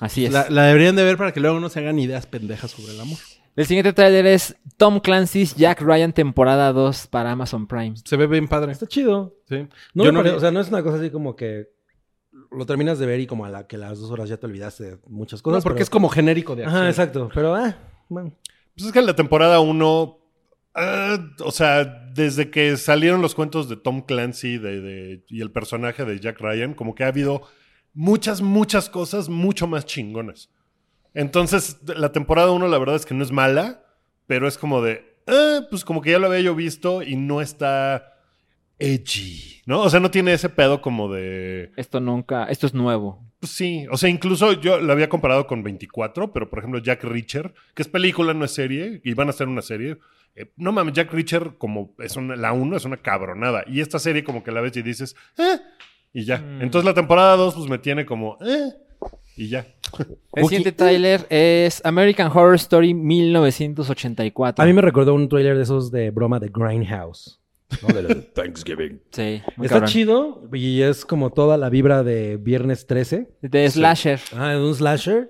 [SPEAKER 5] Así es.
[SPEAKER 3] La, la deberían de ver para que luego no se hagan ideas pendejas sobre el amor.
[SPEAKER 5] El siguiente tráiler es Tom Clancy's Jack Ryan temporada 2 para Amazon Prime.
[SPEAKER 3] Se ve bien padre.
[SPEAKER 4] Está chido.
[SPEAKER 3] Sí.
[SPEAKER 4] No
[SPEAKER 3] Yo
[SPEAKER 4] me
[SPEAKER 3] no
[SPEAKER 4] pare-
[SPEAKER 3] vi-
[SPEAKER 4] O sea, no es una cosa así como que lo terminas de ver y como a la que las dos horas ya te olvidaste de muchas
[SPEAKER 3] No,
[SPEAKER 4] cosas.
[SPEAKER 3] porque
[SPEAKER 4] pero-
[SPEAKER 3] es como genérico de acción.
[SPEAKER 4] Ajá, exacto. Pero, ah, bueno.
[SPEAKER 2] Pues es que la temporada 1, o sea, desde que salieron los cuentos de Tom Clancy de- de- y el personaje de Jack Ryan, como que ha habido muchas, muchas cosas mucho más chingonas. Entonces, la temporada 1 la verdad es que no es mala, pero es como de, eh, pues como que ya lo había yo visto y no está edgy, ¿no? O sea, no tiene ese pedo como de...
[SPEAKER 5] Esto nunca, esto es nuevo.
[SPEAKER 2] Pues Sí, o sea, incluso yo lo había comparado con 24, pero por ejemplo Jack Reacher, que es película, no es serie, y van a hacer una serie. eh, no mames, Jack Reacher como es una, la 1 es una cabronada. Y esta serie como que la ves y dices, ¿eh? Y ya.
[SPEAKER 4] Mm.
[SPEAKER 2] Entonces la temporada 2 pues me tiene como, ¿eh? Y ya.
[SPEAKER 5] El siguiente tráiler es American Horror Story 1984.
[SPEAKER 4] A mí me recordó un trailer de esos de broma de Grindhouse. ¿no? De los-
[SPEAKER 5] Sí, muy
[SPEAKER 4] Está
[SPEAKER 5] cabrón.
[SPEAKER 4] chido y es como toda la vibra de Viernes 13.
[SPEAKER 5] De Slasher.
[SPEAKER 4] Ah, de un slasher.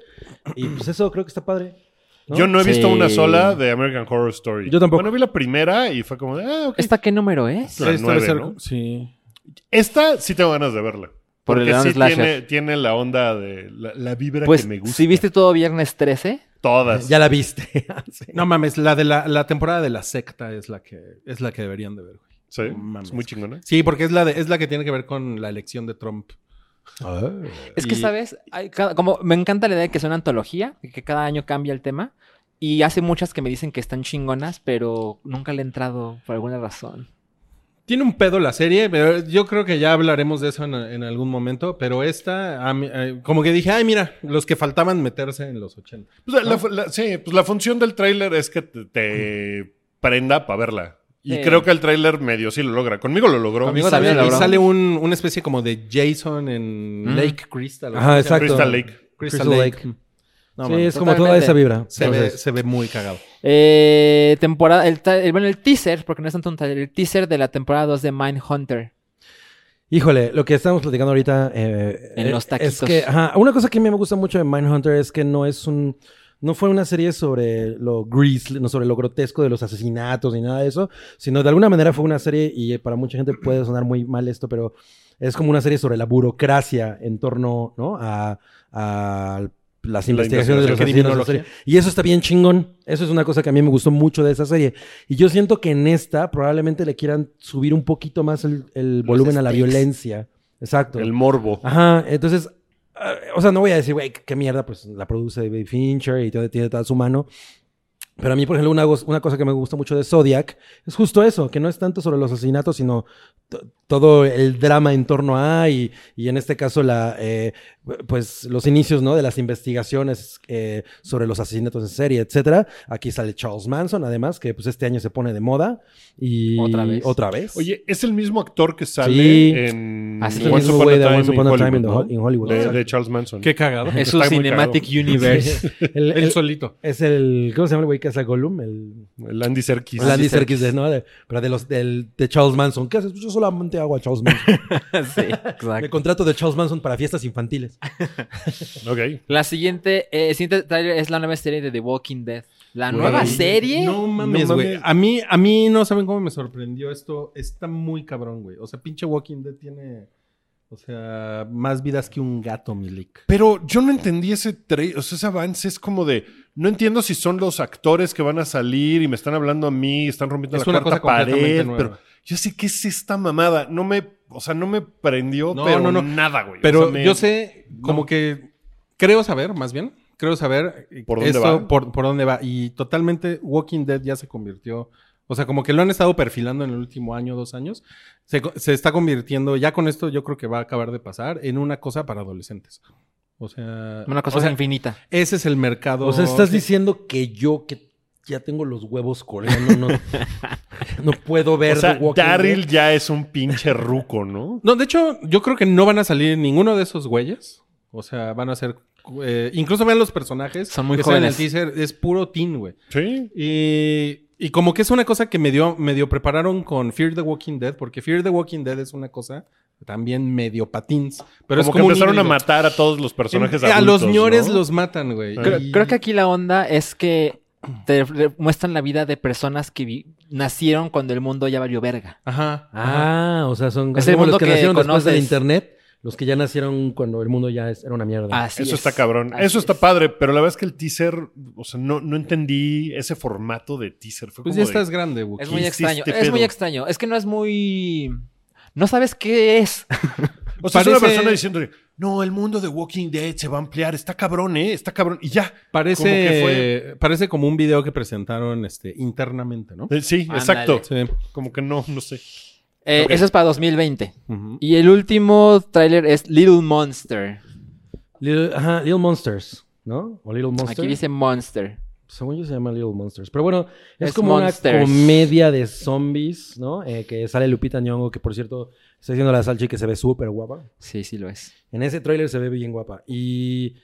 [SPEAKER 4] Y pues eso creo que está padre. ¿no? [laughs]
[SPEAKER 2] Yo no he
[SPEAKER 5] Sí.
[SPEAKER 2] visto una sola de American Horror Story.
[SPEAKER 4] Yo tampoco.
[SPEAKER 2] Bueno, vi la primera y fue como, de, ah, ok.
[SPEAKER 5] ¿Esta qué número es?
[SPEAKER 2] La
[SPEAKER 3] Esta debe
[SPEAKER 2] nueve,
[SPEAKER 3] ser-
[SPEAKER 2] ¿no?
[SPEAKER 3] Sí.
[SPEAKER 2] Esta sí tengo ganas de verla.
[SPEAKER 5] Por el
[SPEAKER 2] porque
[SPEAKER 5] lado
[SPEAKER 2] sí
[SPEAKER 5] slasher.
[SPEAKER 2] tiene, tiene la onda de la, la vibra
[SPEAKER 5] Pues
[SPEAKER 2] que me gusta.
[SPEAKER 5] si viste todo viernes 13,
[SPEAKER 2] todas.
[SPEAKER 4] Ya la viste. Sí.
[SPEAKER 3] No mames, la de la, la temporada de la secta es la que es la que deberían de ver, güey.
[SPEAKER 2] Sí,
[SPEAKER 3] Mames.
[SPEAKER 2] es muy chingona.
[SPEAKER 3] Sí, porque es la de, es la que tiene que ver con la elección de Trump.
[SPEAKER 5] es que
[SPEAKER 3] Y-
[SPEAKER 5] sabes, Hay cada- como me encanta la idea de que es una antología, que cada año cambia el tema. Y hace muchas que me dicen que están chingonas, pero nunca le he entrado por alguna razón.
[SPEAKER 3] Tiene un pedo la serie, pero yo creo que ya hablaremos de eso en, en algún momento. Pero esta, a mí- eh, como que dije, ay, mira, los que faltaban meterse en los 80.
[SPEAKER 2] Pues la- la fu- la- sí, pues la función del tráiler es que te, te prenda para verla. Y
[SPEAKER 5] Sí.
[SPEAKER 2] creo que el tráiler medio sí lo logra. Conmigo lo logró.
[SPEAKER 5] Conmigo
[SPEAKER 3] y sale,
[SPEAKER 5] también, la
[SPEAKER 3] y
[SPEAKER 5] verdad.
[SPEAKER 3] sale un- una especie como de Jason en
[SPEAKER 5] Mm.
[SPEAKER 3] Lake Crystal.
[SPEAKER 4] Ajá,
[SPEAKER 3] ¿cómo se llama?
[SPEAKER 4] exacto.
[SPEAKER 2] Crystal Lake.
[SPEAKER 3] Crystal,
[SPEAKER 4] Crystal
[SPEAKER 3] Lake.
[SPEAKER 4] Lake.
[SPEAKER 3] No,
[SPEAKER 4] sí,
[SPEAKER 3] mames,
[SPEAKER 4] es como toda
[SPEAKER 5] totalmente.
[SPEAKER 4] esa vibra.
[SPEAKER 3] se, ve,
[SPEAKER 4] Entonces,
[SPEAKER 3] se ve muy cagado.
[SPEAKER 5] Eh, temporada, el, tra- el- bueno, el teaser, porque no es tanto un trailer, el teaser de la temporada 2 de Mindhunter.
[SPEAKER 4] Híjole, lo que estamos platicando ahorita. eh,
[SPEAKER 5] En
[SPEAKER 4] eh,
[SPEAKER 5] los taquitos.
[SPEAKER 4] Es que, ajá, una cosa que a mí me gusta mucho de Mindhunter es que no es un. No fue una serie sobre lo grisly, no sobre lo grotesco de los asesinatos ni nada de eso, sino de alguna manera fue una serie, y eh, para mucha gente puede sonar muy mal esto, pero es como una serie sobre la burocracia en torno ¿no? a, a las investigaciones de los asesinos en
[SPEAKER 3] criminología.
[SPEAKER 4] serie. Y eso está bien chingón. Eso es una cosa que a mí me gustó mucho de esa serie. Y yo siento que en esta probablemente le quieran subir un poquito más el, el volumen a la
[SPEAKER 5] stakes.
[SPEAKER 4] violencia. Exacto.
[SPEAKER 2] El morbo.
[SPEAKER 4] Ajá, entonces, ah, o sea, no voy a decir, güey, qué mierda, pues la produce David Fincher y todo, tiene toda su mano. Pero a mí, por ejemplo, una, gos- una cosa que me gusta mucho de Zodiac es justo eso, que no es tanto sobre los asesinatos, sino to- todo el drama en torno a, y, y en este caso la, eh, pues los inicios, ¿no? De las investigaciones eh, sobre los asesinatos en serie, etcétera. Aquí sale Charles Manson, además, que pues este año se pone de moda y
[SPEAKER 5] Otra vez.
[SPEAKER 4] Otra vez.
[SPEAKER 2] Oye, es el mismo actor que sale
[SPEAKER 4] Sí.
[SPEAKER 2] en
[SPEAKER 5] Así
[SPEAKER 4] es el
[SPEAKER 2] Once
[SPEAKER 4] mismo
[SPEAKER 2] Upon
[SPEAKER 4] güey
[SPEAKER 2] a
[SPEAKER 4] de
[SPEAKER 2] Time
[SPEAKER 4] Once Upon a
[SPEAKER 2] in
[SPEAKER 4] Time in the
[SPEAKER 2] Hollywood,
[SPEAKER 4] Ho- in
[SPEAKER 2] ¿no?
[SPEAKER 4] Hollywood.
[SPEAKER 2] de,
[SPEAKER 4] exacto.
[SPEAKER 2] de Charles Manson.
[SPEAKER 6] Qué cagado.
[SPEAKER 5] Es
[SPEAKER 2] Está
[SPEAKER 5] su
[SPEAKER 2] muy
[SPEAKER 5] Cinematic
[SPEAKER 4] [laughs]
[SPEAKER 5] Universe.
[SPEAKER 4] El-
[SPEAKER 6] Él
[SPEAKER 4] el-
[SPEAKER 6] solito.
[SPEAKER 4] es el, ¿cómo se llama el güey que hace a Gollum? El
[SPEAKER 2] El Andy Serkis.
[SPEAKER 4] el Andy Serkis, de- ¿no? De- pero de los, del, de Charles Manson. ¿Qué haces? Pues yo solamente hago a Charles Manson.
[SPEAKER 5] sí, exacto.
[SPEAKER 4] Me contrato de Charles Manson para fiestas infantiles.
[SPEAKER 2] Ok.
[SPEAKER 5] La siguiente, eh, el siguiente trailer es la nueva serie de The Walking Dead. ¿La
[SPEAKER 2] Güey.
[SPEAKER 5] nueva serie?
[SPEAKER 3] No mames,
[SPEAKER 2] No mames.
[SPEAKER 3] güey. A mí, a mí no saben cómo me sorprendió esto. Está muy cabrón, güey. O sea, pinche Walking Dead tiene, o sea, más vidas que un gato, Milik.
[SPEAKER 2] Pero yo no entendí ese tra- o sea, ese avance es como de no entiendo si son los actores que van a salir y me están hablando a mí, están rompiendo
[SPEAKER 3] Es
[SPEAKER 2] la
[SPEAKER 3] una
[SPEAKER 2] cuarta
[SPEAKER 3] cosa completamente
[SPEAKER 2] pared,
[SPEAKER 3] nueva.
[SPEAKER 2] pero yo sé qué es esta mamada, no me, o sea, no me prendió,
[SPEAKER 3] No,
[SPEAKER 2] pero
[SPEAKER 3] no, no.
[SPEAKER 2] nada, güey. O
[SPEAKER 3] Pero
[SPEAKER 2] sea, me-
[SPEAKER 3] yo sé, como que creo saber, más bien, creo saber eh,
[SPEAKER 2] ¿Por dónde
[SPEAKER 3] esto,
[SPEAKER 2] va?
[SPEAKER 3] Por, por dónde va. Y totalmente Walking Dead ya se convirtió, o sea, como que lo han estado perfilando en el último año, dos años. Se, co- se está convirtiendo, ya con esto yo creo que va a acabar de pasar, en una cosa para adolescentes. O sea,
[SPEAKER 5] Una cosa
[SPEAKER 3] o sea,
[SPEAKER 5] infinita.
[SPEAKER 3] ese es el mercado.
[SPEAKER 4] O sea, estás
[SPEAKER 3] que-
[SPEAKER 4] diciendo que yo que ya tengo los huevos coreanos, no, no puedo ver
[SPEAKER 2] o sea,
[SPEAKER 4] The Walking
[SPEAKER 2] Daryl
[SPEAKER 4] Dead.
[SPEAKER 2] ya es un pinche ruco, ¿no?
[SPEAKER 3] No, de hecho, yo creo que no van a salir ninguno de esos güeyes. O sea, van a ser. eh, incluso vean los personajes.
[SPEAKER 5] Son muy
[SPEAKER 3] que salen en
[SPEAKER 5] jóvenes.
[SPEAKER 3] el teaser, es puro teen, güey.
[SPEAKER 2] Sí.
[SPEAKER 3] Y, y como que es una cosa que medio, medio prepararon con Fear the Walking Dead, porque Fear the Walking Dead es una cosa también medio patins. Pero es
[SPEAKER 2] como,
[SPEAKER 3] como un
[SPEAKER 2] que empezaron a
[SPEAKER 3] híbrido.
[SPEAKER 2] matar a todos los personajes
[SPEAKER 3] En- a
[SPEAKER 2] adultos,
[SPEAKER 3] los ñores
[SPEAKER 2] ¿no?
[SPEAKER 3] los matan, güey.
[SPEAKER 2] Creo-
[SPEAKER 5] Creo,
[SPEAKER 3] Y-
[SPEAKER 5] creo que aquí la onda es que te re- muestran la vida de personas que vi- nacieron cuando el mundo ya valió verga.
[SPEAKER 3] Ajá. ajá.
[SPEAKER 4] Ah, o sea, son
[SPEAKER 5] Es el
[SPEAKER 4] como
[SPEAKER 5] mundo
[SPEAKER 4] los que,
[SPEAKER 5] que
[SPEAKER 4] nacieron después del
[SPEAKER 5] conoces.
[SPEAKER 4] internet, los que ya nacieron cuando el mundo ya es- era una mierda.
[SPEAKER 5] Así
[SPEAKER 2] Eso
[SPEAKER 5] es.
[SPEAKER 2] está cabrón.
[SPEAKER 5] Así
[SPEAKER 2] Eso está
[SPEAKER 5] es.
[SPEAKER 2] padre, pero la verdad es que el teaser, o sea, no, no entendí ese formato de teaser. Fue
[SPEAKER 3] Pues
[SPEAKER 2] como
[SPEAKER 3] ya
[SPEAKER 2] de-
[SPEAKER 3] estás grande, güey.
[SPEAKER 5] Es muy
[SPEAKER 2] ¿Qué
[SPEAKER 5] extraño.
[SPEAKER 2] hiciste, este
[SPEAKER 5] Es muy
[SPEAKER 2] pedo?
[SPEAKER 5] extraño. Es que no es muy. No sabes qué es. [laughs]
[SPEAKER 2] O sea, es una
[SPEAKER 3] Parece-
[SPEAKER 2] persona diciendo, no, el mundo de Walking Dead se va a ampliar, está cabrón, ¿eh? Está cabrón. Y ya.
[SPEAKER 3] Parece,
[SPEAKER 2] Como que fue-
[SPEAKER 3] parece como un video que presentaron este, internamente, ¿no?
[SPEAKER 2] Eh, Sí,
[SPEAKER 5] Ándale.
[SPEAKER 2] exacto.
[SPEAKER 3] Sí.
[SPEAKER 2] Como que no, no sé.
[SPEAKER 5] Eh,
[SPEAKER 2] Ok.
[SPEAKER 5] Eso es para 2020.
[SPEAKER 3] Ujú.
[SPEAKER 5] Y el último tráiler es Little Monster.
[SPEAKER 4] Little, ajá, Little Monsters, ¿no? O Little Monsters.
[SPEAKER 5] Aquí dice Monster.
[SPEAKER 4] Según yo se llama Little Monsters. Pero bueno, es,
[SPEAKER 5] Es
[SPEAKER 4] como
[SPEAKER 5] Monsters.
[SPEAKER 4] una comedia de zombies, ¿no? Eh, que sale Lupita Nyong'o, que por cierto, está diciendo la salchi que se ve súper guapa.
[SPEAKER 5] Sí, sí lo es.
[SPEAKER 4] En ese tráiler se ve bien guapa. Y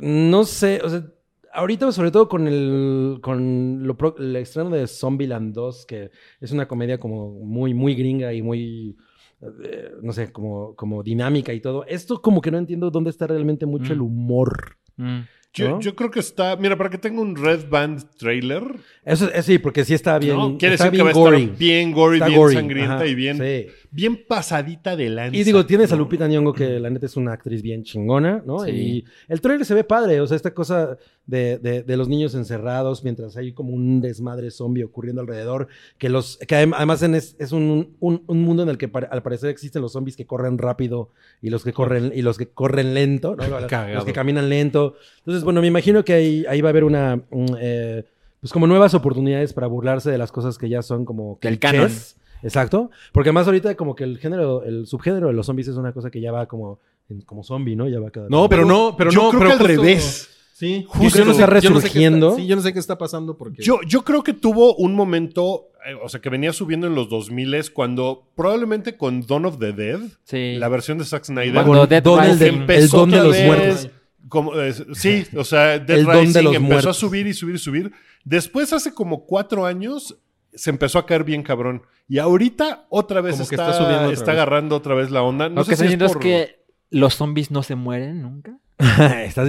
[SPEAKER 4] no sé, o sea, ahorita sobre todo con el con lo pro- el estreno de Zombieland 2, que es una comedia como muy muy gringa y muy eh, no sé, como, como dinámica y todo. Esto como que no entiendo dónde está realmente mucho
[SPEAKER 5] Mm.
[SPEAKER 4] el humor.
[SPEAKER 5] Mm.
[SPEAKER 2] Yo,
[SPEAKER 4] ¿No?
[SPEAKER 2] yo creo que está. Mira, para que tenga un Red Band trailer, ¿no?
[SPEAKER 4] Eso, eh, sí, porque sí está bien.
[SPEAKER 2] quiere
[SPEAKER 4] está
[SPEAKER 2] decir que
[SPEAKER 4] bien
[SPEAKER 2] va a
[SPEAKER 4] gory.
[SPEAKER 2] estar bien gory,
[SPEAKER 4] Está
[SPEAKER 2] bien
[SPEAKER 4] gory,
[SPEAKER 2] sangrienta
[SPEAKER 4] ajá,
[SPEAKER 2] y bien,
[SPEAKER 4] sí.
[SPEAKER 2] bien pasadita de lanza.
[SPEAKER 4] Y digo, tienes a
[SPEAKER 2] ¿no?
[SPEAKER 4] Lupita Nyong'o que la neta es una actriz bien chingona, ¿no?
[SPEAKER 5] Sí.
[SPEAKER 4] Y el trailer se ve padre, o sea, esta cosa de, de- de los niños encerrados mientras hay como un desmadre zombie ocurriendo alrededor, que los que adem- además en es, es un, un- un mundo en el que pare- al parecer existen los zombies que corren rápido y los que corren y los que corren lento, ¿no? Los- los
[SPEAKER 3] Cagado.
[SPEAKER 4] que caminan lento. Entonces, bueno, me imagino que ahí, ahí va a haber una mm, eh, pues como nuevas oportunidades para burlarse de las cosas que ya son como
[SPEAKER 5] Del
[SPEAKER 4] clichés.
[SPEAKER 5] canon.
[SPEAKER 4] Exacto. Porque además ahorita como que el género, el subgénero de los zombies es una cosa que ya va como, en- como zombie, ¿no? Ya va cada
[SPEAKER 3] No, pero no, pero
[SPEAKER 2] yo
[SPEAKER 3] no.
[SPEAKER 2] creo
[SPEAKER 3] pero
[SPEAKER 2] que al
[SPEAKER 3] justo-
[SPEAKER 2] revés.
[SPEAKER 3] Sí,
[SPEAKER 2] Justo no
[SPEAKER 3] sé-
[SPEAKER 2] está
[SPEAKER 3] sé qué está-
[SPEAKER 4] resurgiendo.
[SPEAKER 3] sí, yo no sé qué está pasando porque.
[SPEAKER 2] Yo, yo creo que tuvo un momento, eh, o sea, que venía subiendo en los 2000 cuando probablemente con Dawn of the Dead,
[SPEAKER 5] Sí.
[SPEAKER 2] la versión de Zack Snyder,
[SPEAKER 5] Cuando
[SPEAKER 4] Con
[SPEAKER 5] Dead
[SPEAKER 4] Don el,
[SPEAKER 5] Rising.
[SPEAKER 4] de- el don de
[SPEAKER 2] otra
[SPEAKER 4] los
[SPEAKER 2] vez,
[SPEAKER 4] muertos.
[SPEAKER 2] como, eh, sí, o
[SPEAKER 4] [laughs]
[SPEAKER 2] sea, Dead
[SPEAKER 4] El don de
[SPEAKER 2] Rising
[SPEAKER 4] los
[SPEAKER 2] empezó a
[SPEAKER 4] muertos.
[SPEAKER 2] subir y subir y subir. Después, hace como cuatro años, se empezó a caer bien cabrón. Y ahorita otra vez
[SPEAKER 3] Como que
[SPEAKER 2] está,
[SPEAKER 3] está subiendo otra
[SPEAKER 2] está
[SPEAKER 3] vez.
[SPEAKER 2] agarrando otra vez la onda. No
[SPEAKER 5] lo que
[SPEAKER 2] sé
[SPEAKER 5] estoy
[SPEAKER 2] si es
[SPEAKER 5] diciendo
[SPEAKER 2] por...
[SPEAKER 5] es que los zombies no se mueren nunca.
[SPEAKER 4] [laughs] Estás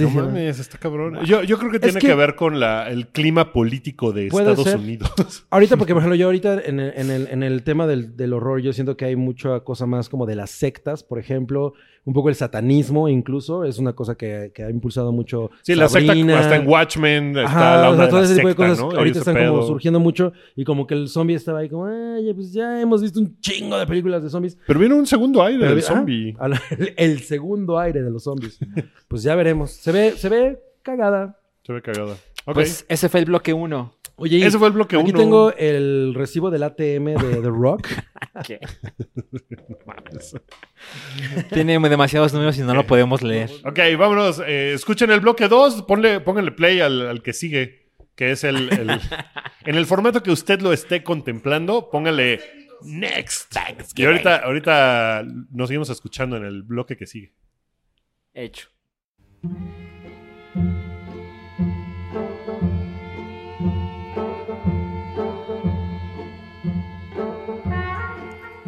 [SPEAKER 2] [laughs] No
[SPEAKER 4] diciendo.
[SPEAKER 2] mames, está cabrón. Yo, yo creo que tiene que,
[SPEAKER 4] Ah. que-
[SPEAKER 2] ver con la, el clima político de
[SPEAKER 4] Puede
[SPEAKER 2] Estados
[SPEAKER 4] ser.
[SPEAKER 2] Unidos. [laughs]
[SPEAKER 4] Ahorita, porque por ejemplo, yo ahorita en el, en el, en el tema del, del horror, yo siento que hay mucha cosa más como de las sectas, por ejemplo, un poco el satanismo incluso, es una cosa que, que ha impulsado mucho.
[SPEAKER 2] Sí, la secta
[SPEAKER 4] Sabrina.
[SPEAKER 2] hasta en Watchmen, está
[SPEAKER 4] Ajá,
[SPEAKER 2] la
[SPEAKER 4] o
[SPEAKER 2] onda
[SPEAKER 4] sea,
[SPEAKER 2] de
[SPEAKER 4] todo
[SPEAKER 2] la
[SPEAKER 4] ese tipo de
[SPEAKER 2] secta,
[SPEAKER 4] cosas
[SPEAKER 2] ¿no?
[SPEAKER 4] que
[SPEAKER 2] Y
[SPEAKER 4] ahorita
[SPEAKER 2] ese
[SPEAKER 4] están como
[SPEAKER 2] pedo.
[SPEAKER 4] surgiendo mucho y como que el zombie estaba ahí como, ay, pues ya hemos visto un chingo de películas de zombies.
[SPEAKER 2] Pero viene un segundo aire
[SPEAKER 4] Pero
[SPEAKER 2] del
[SPEAKER 4] vi- ajá,
[SPEAKER 2] zombie.
[SPEAKER 4] a la- [laughs] el segundo aire de los zombies. pues ya veremos. Se ve, se ve cagada.
[SPEAKER 2] Se ve cagada. Ok.
[SPEAKER 5] Pues ese fue el bloque 1.
[SPEAKER 4] Oye, y
[SPEAKER 2] Ese fue el bloque
[SPEAKER 4] Pues, aquí
[SPEAKER 2] 1.
[SPEAKER 4] tengo el recibo del ATM de The Rock.
[SPEAKER 5] Tiene [laughs] demasiados números y no lo podemos leer.
[SPEAKER 2] Ok, vámonos. Eh, escuchen el bloque 2. Ponle, pónganle play al, al que sigue, que es el, el- En el formato que usted lo esté contemplando, póngale next. Y ahorita, ahorita nos seguimos escuchando en el bloque que sigue.
[SPEAKER 5] Hecho.